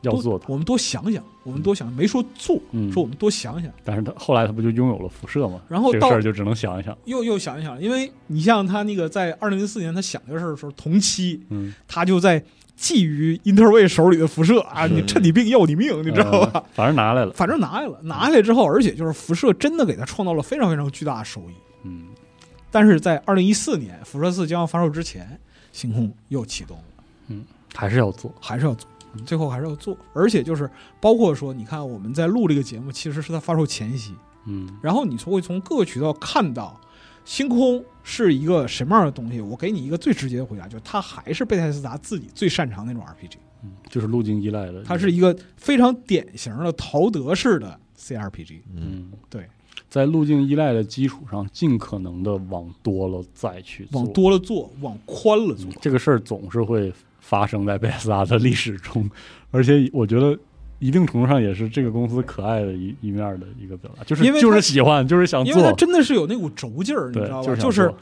C: 要
B: 多
C: 做它，
B: 我们多想想，我们多想，没说做，
C: 嗯
B: 说我们多想想。
C: 但是他后来他不就拥有了辐射嘛？
B: 然后
C: 这个
B: 到
C: 事儿就只能想一想，
B: 又又想一想，因为你像他那个在二零零四年他想这个事儿的时候，同期
C: 嗯，
B: 他就在觊觎英特尔卫手里的辐射啊，
A: 是
B: 你趁你病要你命，你知道吧？
C: 呃反正拿来了，
B: 反正拿来了，拿下来之后，而且就是辐射真的给他创造了非常非常巨大的收益。
C: 嗯，
B: 但是在二零一四年辐射四将要发售之前，星空又启动了，
C: 还是要做，
B: 还是要做，最后还是要做。而且就是包括说，你看我们在录这个节目，其实是在发售前夕，
C: 嗯
B: 然后你从会从各个渠道看到，星空是一个什么样的东西？我给你一个最直接的回答，就是它还是贝塞斯达自己最擅长那种 RPG，
C: 嗯，就是路径依赖的，
B: 它是一个非常典型的陶德式的 CRPG。
A: 嗯，
C: 嗯，
B: 对，
C: 在路径依赖的基础上，尽可能的往多了再去做
B: 往多了做，往宽了做
C: 嗯，这个事儿总是会发生在贝斯达的历史中，而且我觉得一定程度上也是这个公司可爱的一一面儿的一个表达，就是
B: 因为它
C: 就是喜欢，就是想
B: 因为它
C: 做，
B: 真的是有那股轴劲儿，你
C: 对
B: 知道，吧？
C: 是
B: 就
C: 就是想做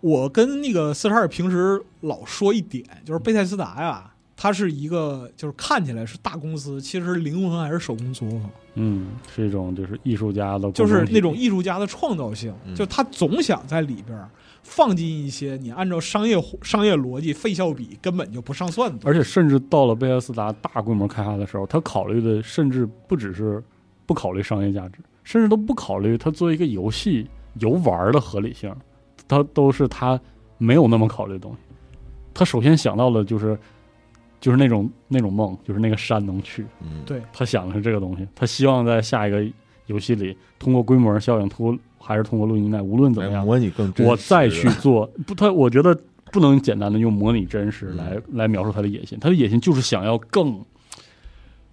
B: 我跟那个四十二平时老说一点，就是贝塞斯达呀，它是一个就是看起来是大公司，其实灵魂还是手工作坊。
C: 嗯，是一种就是艺术家的，
B: 就是那种艺术家的创造性，
A: 嗯
B: 就他总想在里边儿放进一些你按照商业商业逻辑费效比根本就不上算的东
C: 而且甚至到了贝塞斯达大规模开发的时候，他考虑的甚至不只是不考虑商业价值，甚至都不考虑它作为一个游戏游玩儿的合理性，他都是他没有那么考虑的东西。他首先想到的就是就是那种那种梦，就是那个山能去，
A: 嗯，
B: 对
C: 他想的是这个东西，他希望在下一个游戏里通过规模效应，通过还是通过录音带，无论怎么
A: 来
C: 样，
A: 哎模拟更真实，
C: 我
B: [laughs]
C: 再去做，不，他我觉得不能简单的用模拟真实
A: 嗯
C: 来、来描述他的野心，他的野心就是想要更
B: 西。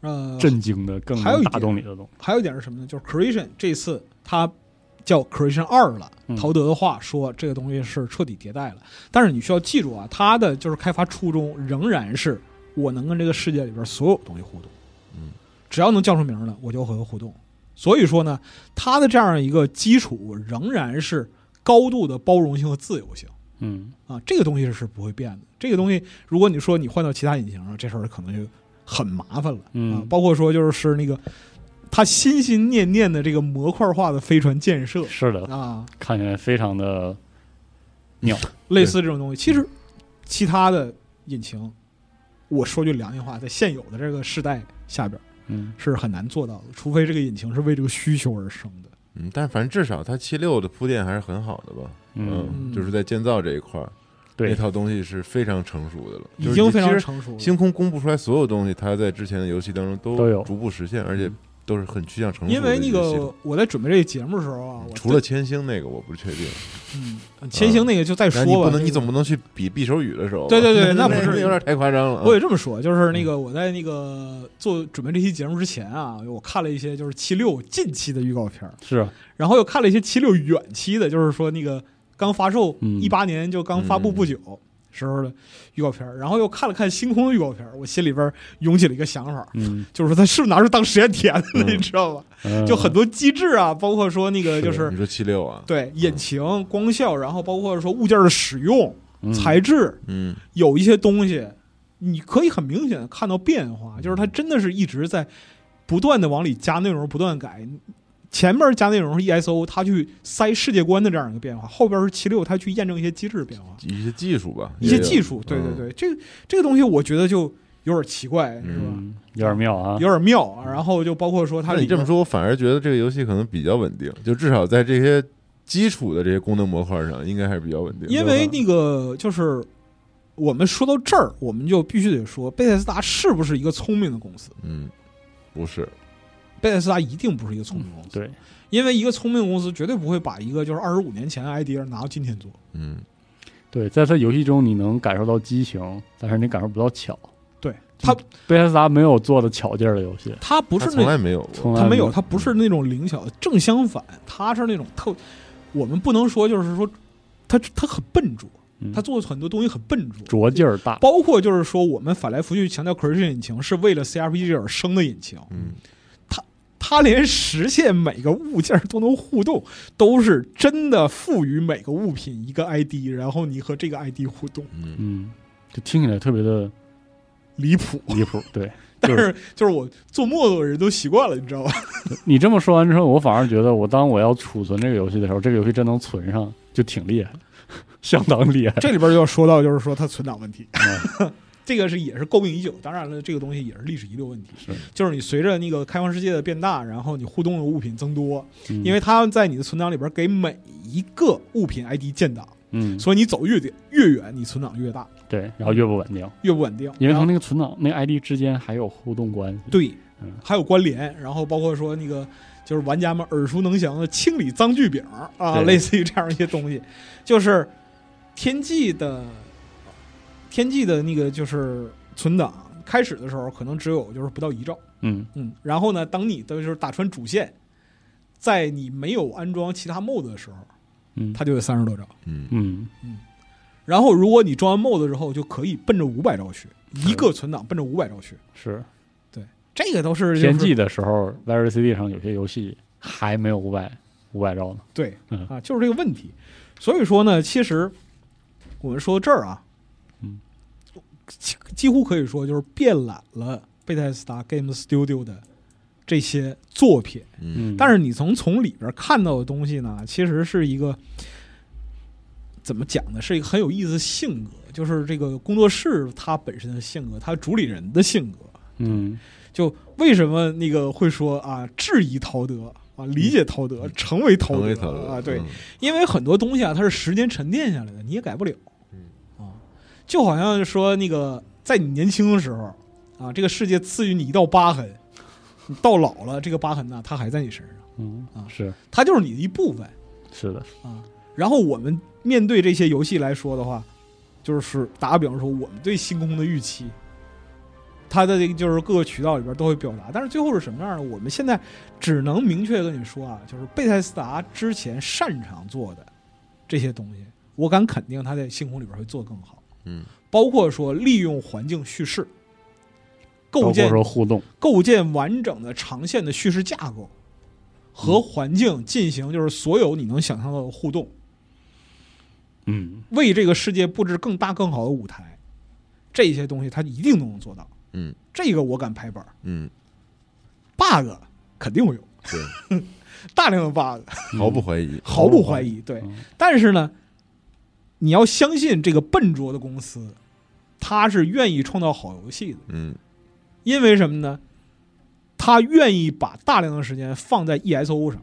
B: 呃，
C: 震惊的、更
B: 嗯还有
C: 能
B: 一
C: 打动你的东西。
B: 还有一点是什么呢？就是 Creation 这次它叫 Creation 二了。
C: 嗯
B: 陶德的话说，这个东西是彻底迭代了。但是你需要记住啊，它的就是开发初衷仍然是我能跟这个世界里边所有东西互动。
A: 嗯，
B: 只要能叫出名儿来，我就和它互动。所以说呢，它的这样一个基础仍然是高度的包容性和自由性。
C: 嗯，
B: 啊，这个东西是不会变的。这个东西，如果你说你换到其他引擎上，这事儿可能就很麻烦了。
C: 嗯
B: 啊，包括说就是是那个他心心念念的这个模块化的飞船建设
C: 是的，
B: 啊，
C: 看起来非常的
B: 类似这种东西，其实其他的引擎，我说句良心话，在现有的这个世代下边
C: 嗯
B: 是很难做到的，除非这个引擎是为这个需求而生的。
A: 嗯，但反正至少它七六的铺垫还是很好的吧，
C: 嗯，
B: 嗯
A: 就是在建造这一块儿，那
C: 对，
A: 套东西是非常成熟的了，
B: 已经
A: 就是其
B: 非常
A: 实
B: 成熟了，
A: 星空公布出来所有东西，它在之前的游戏当中都
C: 都有嗯
A: 逐步实现，而且都是很趋向成熟
B: 因
A: 的
B: 为
A: 一
B: 那
A: 系统
B: 个我在准备这个节目的时候啊，我
A: 除了千星那个我不确定，
B: 嗯，千行那个就再 [laughs] 说
A: 但
B: 吧，
A: 你不
B: 这
A: 能，
B: 个
A: 你总不能去比匕首雨的时候吧，
B: 对对对
A: 那
B: 那不是
A: 有点太夸张了啊。
B: 我也这么说，就是那个我在那个做准备这期节目之前啊，我看了一些就是七六近期的预告片儿，
C: 是啊
B: 然后又看了一些七六远期的，就是说那个刚发售
C: 嗯
B: 一八年就刚发布不久，时候的预告片儿，然后又看了看星空的预告片儿，我心里边儿涌起了一个想法， [laughs]
C: 嗯，
B: 就是说他是不是拿着当实验田的，
A: 嗯
B: 你知道吧？
C: 呃
B: 就很多机制啊，包括说那个就是
A: 你说七六啊，
B: 对引擎、光效，然后包括说物件的使用、
C: 嗯
B: 材质，
A: 嗯，
B: 有一些东西，你可以很明显的看到变
A: 嗯
B: 化，就是它真的是一直在不断的往里加内容，不断地改。前面加内容是 ESO，它去塞世界观的这样一个变化；后边是七六，它去验证一些机制的变化，
A: 一些技术吧，
B: 一些
A: 也有嗯
B: 技术。对对，对，这个这个东西我觉得就有点奇怪，是吧？
C: 嗯有点妙啊，
B: 有点妙啊。然后就包括说它
A: 那
B: 里
A: 你这么
B: 边
A: 说，我反而觉得这个游戏可能比较稳定，就至少在这些基础的这些功能模块上，应该还是比较稳定的。
B: 因为那个就是我们说到这儿，我们就必须得说贝塞斯达是不是一个聪明的公司？
A: 嗯，不是，
B: 贝塞斯达一定不是一个聪明公司，
C: 对，
B: 因为一个聪明公司绝对不会把一个就是二十五年前的 idea 拿到今天做。
A: 嗯，
C: 对，在它游戏中你能感受到激情，但是你感受不到巧。
B: 对他，
C: 贝塞斯达没有做的巧劲儿的游戏，
B: 他不
A: 不
B: 是
A: 从
B: 那
A: 来没有过
C: 从，来
B: 他没有，他不是那种灵巧，正相反，他是那种特，我们不能说就是说他他很笨拙，
C: 嗯
B: 他做的很多东西很笨拙。
C: 拙劲儿大，
B: 包括就是说，我们反来覆去强调 Creation 引擎是为了 CRPG 而生的引擎，
A: 嗯，
B: 它连实现每个物件都能互动，都是真的赋予每个物品一个 ID，然后你和这个 ID 互动，
A: 嗯
C: 嗯，就听起来特别的
B: 离谱。
C: 离谱。对
B: 但是就是我做陌路的人都习惯了，你知道吧？
C: 你这么说完之后，我反而觉得，我当我要储存这个游戏的时候，这个游戏真能存上，就挺厉害，相当厉害。
B: [laughs] 这里边就要说到，就是说它存档问题，
C: 嗯
B: 这个是也是诟病已久。当然了，这个东西也是历史遗留问题，
C: 是
B: 就是你随着那个开放世界的变大，然后你互动的物品增多，
C: 嗯
B: 因为它在你的存档里边给每一个物品 ID 建档，
C: 嗯，
B: 所以你走越远越远，你存档越大，
C: 对，然后越不稳定，
B: 越不稳定。
C: 因为
B: 然
C: 它
B: 后
C: 那个存档、那个 ID 之间还有互动关系。
B: 对
C: 嗯，
B: 还有关联，然后包括说那个就是玩家们耳熟能详的清理脏句饼儿啊，
C: 对
B: 类似于这样一些东西，就是天际的天际的那个就是存档。开始的时候可能只有就是不到一兆，
C: 嗯
B: 嗯，然后呢，当你的就是打穿主线，在你没有安装其他 mod 的时候，
C: 嗯
B: 它就有三十多兆。
A: 嗯，
C: 嗯，
B: 然后如果你装完 mod 之后，就可以奔着五百兆去，
C: 嗯
B: 一个存档奔着五百兆去。
C: 是
B: 这个都是就是
C: 天际的时候 v e r y CD 上有些游戏还没有五百五百兆呢。
B: 对
C: 嗯，
B: 啊，就是这个问题。所以说呢，其实我们说到这儿啊，
C: 嗯
B: 几，几乎可以说就是遍览了贝塞斯达 Game Studio 的这些作品。
A: 嗯，
B: 但
C: 是
B: 是你从从里边看到的东西呢，其实是一个怎么讲呢？是一个很有意思的性格，就是这个工作室它本身的性格，它主理人的性格。
C: 嗯，
B: 就为什么那个会说啊，质疑陶德啊，理解陶德，成为陶
A: 成
B: 德
A: 为他的
B: 啊，对，
A: 嗯
B: 因为很多东西啊，它是时间沉淀下来的，你也改不了。
A: 嗯
B: 啊，就好像说那个，在你年轻的时候啊，这个世界赐予你一道疤痕，你到老了，这个疤痕呢，它还在你身上，
C: 嗯
B: 啊
C: 是
B: 它就是你的一部分
C: 是的，
B: 啊。然后我们面对这些游戏来说的话，就是打个比方说，我们对星空的预期。它的这个就是各个渠道里边都会表达，但是最后是什么样的？我们现在只能明确的跟你说啊，就是贝塞斯达之前擅长做的这些东西，我敢肯定他在星空里边会做得更好。
A: 嗯，
B: 包括说利用环境叙事，构
C: 包括
B: 建
C: 说互动，
B: 构建完整的长线的叙事架构，和环境进行就是所有你能想象到的互动，
C: 嗯
B: 为这个世界布置更大更好的舞台，这些东西他一定都能做到。
A: 嗯，
B: 这个我敢拍板儿
A: 嗯，
B: ，bug 肯定会有，
A: 对，
B: [laughs] 大量的 bug，
A: 毫不怀疑，
B: 毫不怀疑。对，
C: 嗯
B: 但是呢，你要相信这个笨拙的公司，他是愿意创造好游戏的。
A: 嗯
B: 因为什么呢？他愿意把大量的时间放在 ESO 上，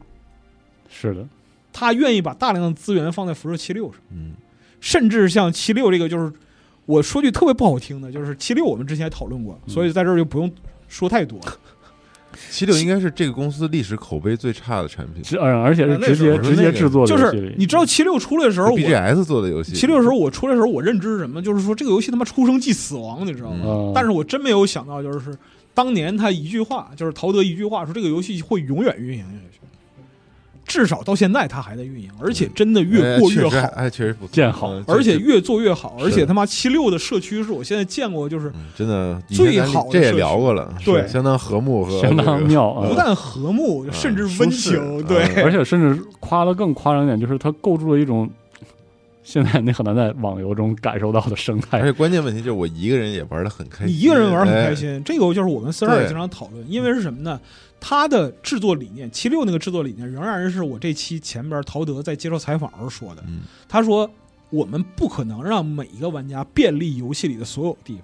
C: 是的，
B: 他愿意把大量的资源放在辐射七六上，
A: 嗯
B: 甚至像七六这个，就是我说句特别不好听的，就是七六我们之前也讨论过，
C: 嗯
B: 所以在这儿就不用说太多了。
A: 七六应该是这个公司历史口碑最差的产品
C: 是嗯，而且
A: 啊
C: 是
A: 那
C: 直
A: 时候
C: 接
A: 是
C: 直
A: 那
C: 接
A: 个
C: 制作的
B: 就
C: 游戏
B: 是
C: 里，
B: 你知道七六出来的时候，我
A: ，BGS 做的游戏，
B: 七六的时候我出来的时候，我认知是什么？就是说这个游戏他妈出生即死亡，你知道吗？
C: 嗯，
B: 但是我真没有想到，就是当年他一句话，就是陶德一句话说这个游戏会永远运行下去，至少到现在它还在运营，而且真的越过
A: 哎
B: 越
A: 确实还
B: 好，
A: 哎，确实不错
C: 见好
A: 嗯
B: 而且
A: 这
B: 越做越好，
A: 是
B: 而且他妈七六的社区是我现在见过，就是
A: 嗯真的以
B: 最
A: 前咱
B: 好的
A: 这也
B: 社区
A: 聊过了，
B: 对
A: 是相当和睦和 [laughs]
C: 相
A: 这
C: 当
A: 个
C: 妙
B: 不
C: 啊！
B: 但和睦，甚至温
A: 啊舒适
B: 情，对，
C: 而且甚至夸的更夸张一点，就是它构筑了一种现在你很难在网游中感受到的生
A: 而
C: 态。
A: 且关键问题就是我一个人也玩的很开心，
B: 你一个人玩很开
A: 哎。
B: 心，这个就是我跟四十二也
A: 对
B: 经常讨论，因为是什么呢？他的制作理念，七六那个制作理念仍然是我这期前边陶德在接受采访时候说的。
A: 嗯，
B: 他说：“我们不可能让每一个玩家便利游戏里的所有地方，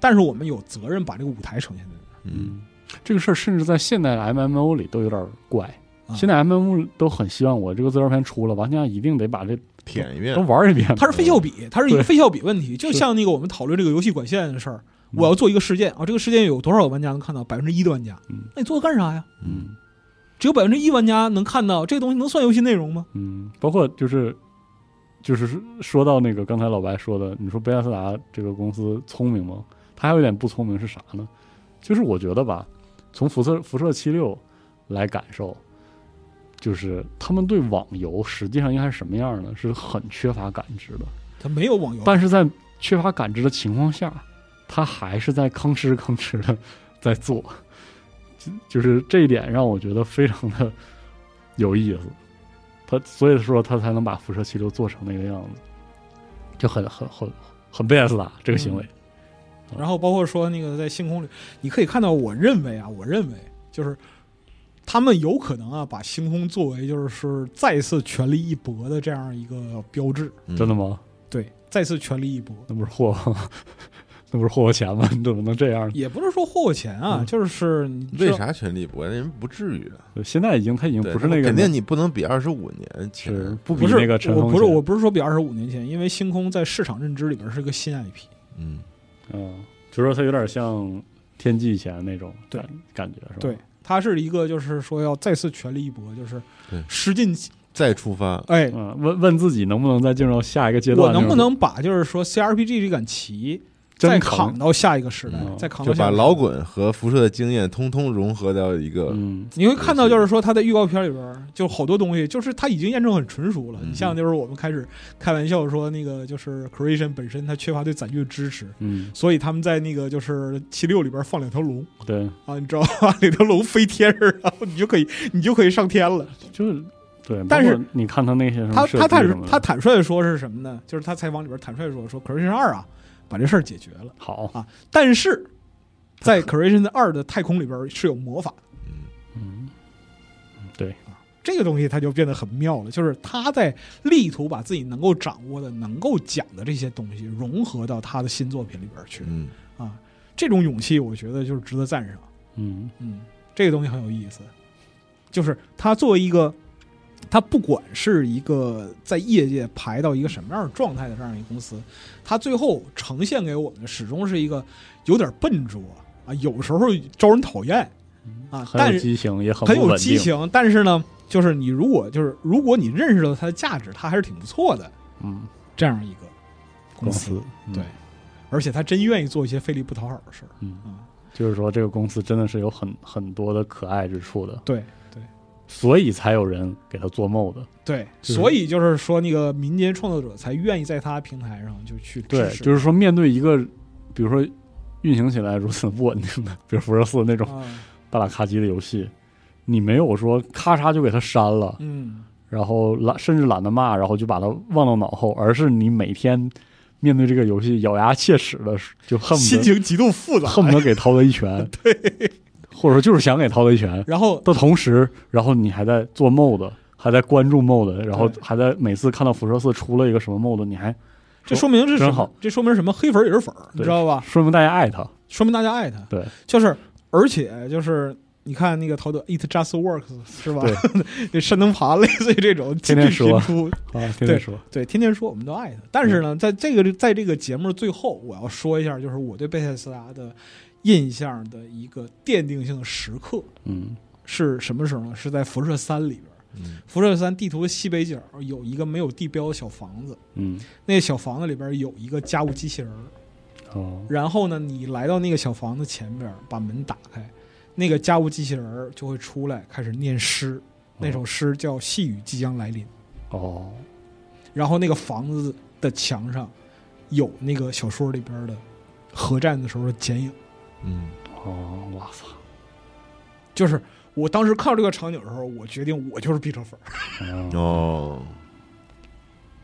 B: 但是我们有责任把这个舞台呈现在那
A: 嗯
C: 嗯，这个事儿甚至在现代的 MMO 里都有点儿怪。
B: 啊
C: 现在 MMO 都很希望我这个自然篇出了，玩家一定得把这
A: 舔一遍
C: 都，玩一遍。
B: 儿。它是非效比，它是一个
C: 对
B: 非效比问题，就是像那个我们讨论这个游戏管线的事儿。”
C: 嗯
B: 我要做一个事件啊，这个事件有多少个玩家能看到？百分之一的玩家
C: 嗯，
B: 那你做它干啥呀？
C: 嗯
B: 只有百分之一玩家能看到这个东西，能算游戏内容吗？
C: 嗯，包括就是就是说到那个刚才老白说的，你说贝塞斯达这个公司聪明吗？它还有一点不聪明是啥呢？就是我觉得吧，从辐射辐射七六来感受，就是他们对网游实际上应该是什么样呢？是很缺乏感知的。
B: 它没有网游，
C: 但是在缺乏感知的情况下，他还是在吭哧吭哧的在做，就就是这一点让我觉得非常的有意思。他所以说他才能把辐射气流做成那个样子，就很很很很贝斯达这个行为。
B: 嗯然后包括说那个在星空里，你可以看到，我认为啊，我认为就是他们有可能啊，把星空作为就是是再次全力一搏的这样一个标志，
A: 嗯
C: 真的吗？
B: 对，再次全力一搏，
C: 那不是霍霍， [laughs] 那不是霍霍钱吗？你 [laughs] 怎么能这样呢？
B: 也不是说霍霍钱啊，
C: 嗯
B: 就是你知
A: 为
B: 道？
A: 啥权力不？人不至于啊，
C: 现在已经他已经
A: 对
C: 不是那个
A: 肯定你不能比二十五年前
C: 是不比
B: 不是
C: 那个陈
B: 我
C: 红
B: 不是
C: 钱
B: 我不是说比二十五年前，因为星空在市场认知里边是个新 IP，
A: 嗯，
C: 嗯，就说他有点像天际以前那种
B: 对
C: 感感觉是吧？
B: 对，它是一个就是说要再次全力一搏，就是
A: 对
B: 使劲
A: 再出发，
B: 哎，
C: 嗯，问问自己能不能再进入到下一个阶段，
B: 我能不能把就是说 CRPG 这杆旗
C: 真
B: 再
C: 扛
B: 扛到下一个时代，
C: 嗯
B: 再扛
A: 就
B: 到下
A: 把
B: 一个时代
A: 老滚和辐射的经验通通融合到一个，
C: 嗯
B: 你会看到，就是说他在预告片里边儿，就好多东西，就是他已经验证很纯熟了。
A: 嗯
B: 你像就是我们开始开玩笑说，那个就是 Creation 本身它缺乏对载具的支持，
C: 嗯，
B: 所以他们在那个就是七六里边放两条龙
C: 对，
B: 啊，你知道吧？ [laughs] 两条龙飞天儿，然后你就可以你就可以上天了。
C: 就是对。
B: 但是
C: 包括你看他那些什么
B: 他
C: 设
B: 他
C: 计
B: 坦
C: 什么的
B: 他坦率的说是什么呢？就是他采访里边坦率地说说 Creation 二啊，把这事儿解决了，
C: 好，
B: 但是在 Creation 二的太空里边儿是有魔法的
A: 嗯
C: 嗯
B: 这个东西它就变得很妙了，就是他在力图把自己能够掌握的、能够讲的这些东西融合到他的新作品里边去
A: 嗯，
B: 啊，这种勇气我觉得就是值得赞赏。
C: 嗯
B: 嗯，这个东西很有意思，就是他作为一个，他不管是一个在业界排到一个什么样的状态的这样一个公司，他最后呈现给我们的始终是一个有点笨拙啊，有时候招人讨厌啊，
C: 嗯很
B: 但
C: 有
B: 是
C: 激情，也很
B: 很
C: 不
B: 有
C: 稳
B: 激
C: 定，
B: 情，但是呢，就是你如果就是如果你认识到它的价值，它还是挺不错的
C: 嗯，
B: 这样一个
C: 公
B: 公司，
C: 嗯
B: 对而且他真愿意做一些费力不讨好的事儿。
C: 嗯
B: 嗯，
C: 就是说这个公司真的是有很很多的可爱之处的，
B: 对
C: 所以才有人给他做 mod，
B: 对，
C: 就是
B: 所以就是说，那个民间创作者才愿意在他平台上就去
C: 对
B: 支，持，啊
C: 就是说面对一个，比如说运行起来如此不稳定的，比如辐射四那种
B: 啊
C: 大拉咔叽的游戏，你没有说咔嚓就给它删了，
B: 嗯，
C: 然后懒甚至懒得骂，然后就把它忘到脑后，而是你每天面对这个游戏咬牙切齿的，就恨
B: 心
C: 不得
B: 情极度复杂。
C: [laughs] 恨不得给涛哥一
B: [laughs]
C: 拳，对，或者说就是想给涛哥一拳
B: 然后
C: 的同时，然后你还在做 mod，还在关注 mod，然后
B: 对
C: 还在每次看到辐射四出了一个什么 mod，你还
B: 这说明是什
C: 真
B: 么
C: 好？
B: 这说明什么？黑粉也是粉儿，你
C: 对
B: 知道吧？
C: 说明大家爱他，
B: 说明大家爱他。
C: 对，
B: 就是而且就是。你看那个陶德，It just works 是吧？ [laughs] 那山东爬类似于这种
C: 天天
B: 精致
C: 说嗯
B: 频出，
C: 啊，天天说，
B: 对，天天说我们都爱他。但是呢，在这个在这个节目最后，我要说一下，就是我对贝塞斯达的印象的一个奠定性的时刻
C: 嗯
B: 是什么时候呢？是在《辐射三》里边，
A: 嗯
B: 《辐射三》地图的西北角有一个没有地标的小房子，
C: 嗯，
B: 那个小房子里边有一个家务机器人儿。
C: 哦，
B: 然后呢，你来到那个小房子前边儿，把门打开，那个家务机器人儿就会出来开始念诗，那首诗叫《细雨即将来临》，
C: 哦，
B: 然后那个房子的墙上有那个小说里边的核战的时候的剪影。
A: 嗯，
C: 哦，哇塞，
B: 就是我当时看到这个场景的时候，我决定我就是毕车粉儿，
C: 哦
A: 哦，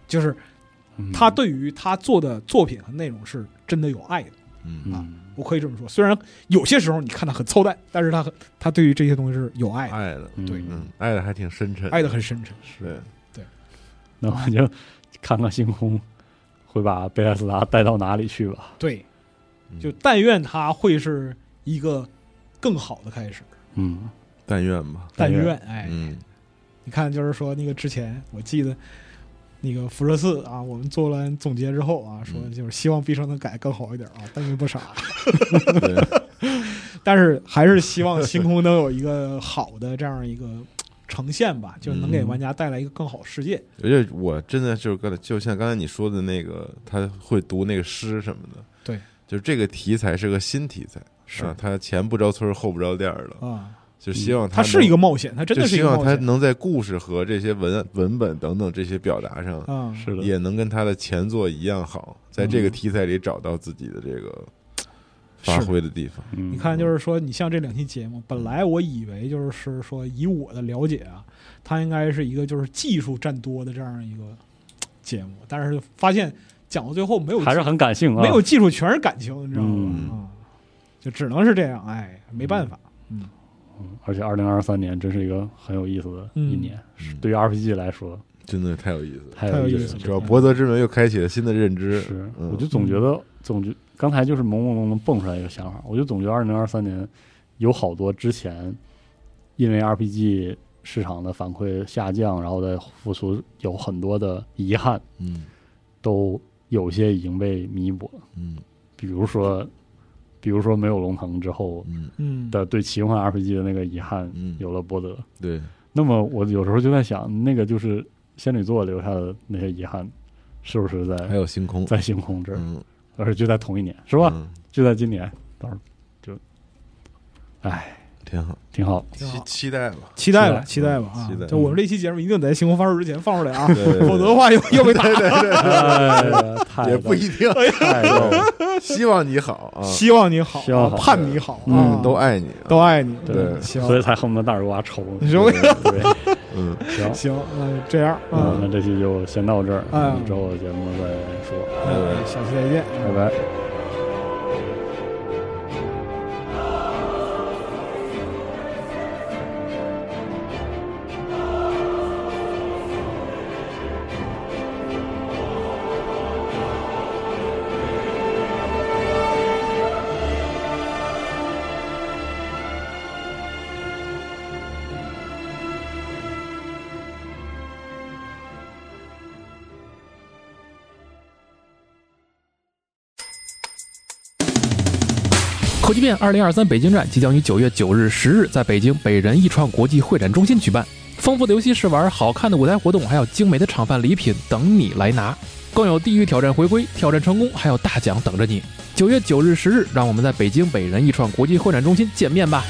B: 就是
C: 嗯
B: 他对于他做的作品和内容是真的有爱的。
A: 嗯，
B: 啊
C: 嗯
B: 我可以这么说，虽然有些时候你看他很操蛋，但是他很他对于这些东西是有爱的，
A: 爱的，
B: 对
A: 嗯，爱的还挺深沉，
B: 爱的很深沉。
A: 对
C: 是。，那
B: 对
C: 我就看看星空会把贝塞斯达带到哪里去吧。
B: 对，
A: 嗯
B: 就但愿他会是一个更好的开始。
C: 嗯
A: 但愿吧，
B: 但
C: 但愿
B: 愿哎，
A: 嗯
B: 你看，就是说那个之前我记得那个辐射四啊，我们做完总结之后啊，说
A: 嗯
B: 就是希望毕生能改更好一点啊，但愿不傻。
A: 对，
B: [laughs] 但是还是希望星空能有一个好的这样一个呈现吧，就是能给玩家带来一个更好的世界。
A: 而且我真的就是刚才，就像刚才你说的那个，他会读那个诗什么的，
B: 对，
A: 就是这个题材是个新题材，啊，他前不着村儿后不着店儿的，
B: 啊，
A: 就希望
B: 它
A: 他
B: 是一
A: 能
B: 个冒险，它真的
A: 就是
B: 一
A: 希
B: 个
A: 望
B: 冒
A: 他
B: 险
A: 能在故事和这些文文本等等这些表达上，
B: 啊，
C: 是的，
A: 也能跟他的前作一样好，在这个
C: 嗯
A: 题材里找到自己的这个
B: 是
A: 发挥的地方。
C: 你
B: 你看，就是说，你像这两期节目，本来我以为就是说，以我的了解啊，它应该是一个就是技术占多的这样一个嘖节目，但是发现讲到最后没有
C: 还是很感性啊，
B: 没有技术，全是感情，你知道吗？
A: 嗯
B: 啊，就只能是这样，哎，没办法。
C: 嗯而且二零二三年真是一个很有意思的一年，
A: 嗯
C: 对于 RPG 来说
A: 真的太有意思了，
C: 太
B: 太有
C: 意
B: 意
C: 思
B: 思
C: 了。
B: 了
A: 主要博德之门又开启了新的认知。
C: 是，
A: 嗯
C: 我就总觉得，总觉刚才就是朦朦胧胧蹦出来一个想法，我就总觉得二零二三年有好多之前因为 RPG 市场的反馈下降，然后再复苏，有很多的遗憾，
A: 嗯
C: 都有些已经被弥补了。
A: 嗯
C: 比如说，比如说没有龙腾之后
A: 嗯
B: 嗯，
C: 的对奇幻 RPG 的那个遗憾，
A: 嗯，
C: 有了波德。
A: 对，
C: 那么我有时候就在想，那个就是仙女座留下的那些遗憾，是不是
A: 还
C: 在
A: 有星空，
C: 在星空这儿，
A: 嗯，
C: 而且就在同一年，是吧？
A: 嗯，
C: 就在今年，到时候就，哎，
A: 挺好，
C: 挺好。
B: 挺
A: 期
B: 好
A: 期待吧。
B: 期待吧，
C: 嗯
B: 期待吧啊
A: 期待！
B: 就我们这期节目一定得在星空发售之前放出来啊，
A: 对对对
B: 否则的话又又被打。
C: 哎呀太
A: 也不一定，
C: 太逗了哎
A: 希望你好啊，
B: 希望你好
C: 希望
B: 啊，
C: 好
B: 盼你好
A: 我
B: 啊
A: 们，都爱你啊，
B: 都爱你，
A: 对
B: 行
C: 所以才恨不得大耳瓜抽。
B: 你说
C: 对，
A: 嗯，
C: 行，
B: 行，那这样
C: 嗯
B: 啊，
C: 那，这期就先到这儿，
A: 嗯
B: 哎
C: 之后节目再说，
B: 那下哎期再见。
C: 拜拜。
D: 科技变二零二三北京站即将于九月九日、十日在北京北人艺创国际会展中心举办。丰富的游戏试玩、好看的舞台活动，还有精美的厂饭礼品等你来拿，更有地狱挑战回归，挑战成功还有大奖等着你。九月九日、十日，让我们在北京北人艺创国际会展中心见面吧！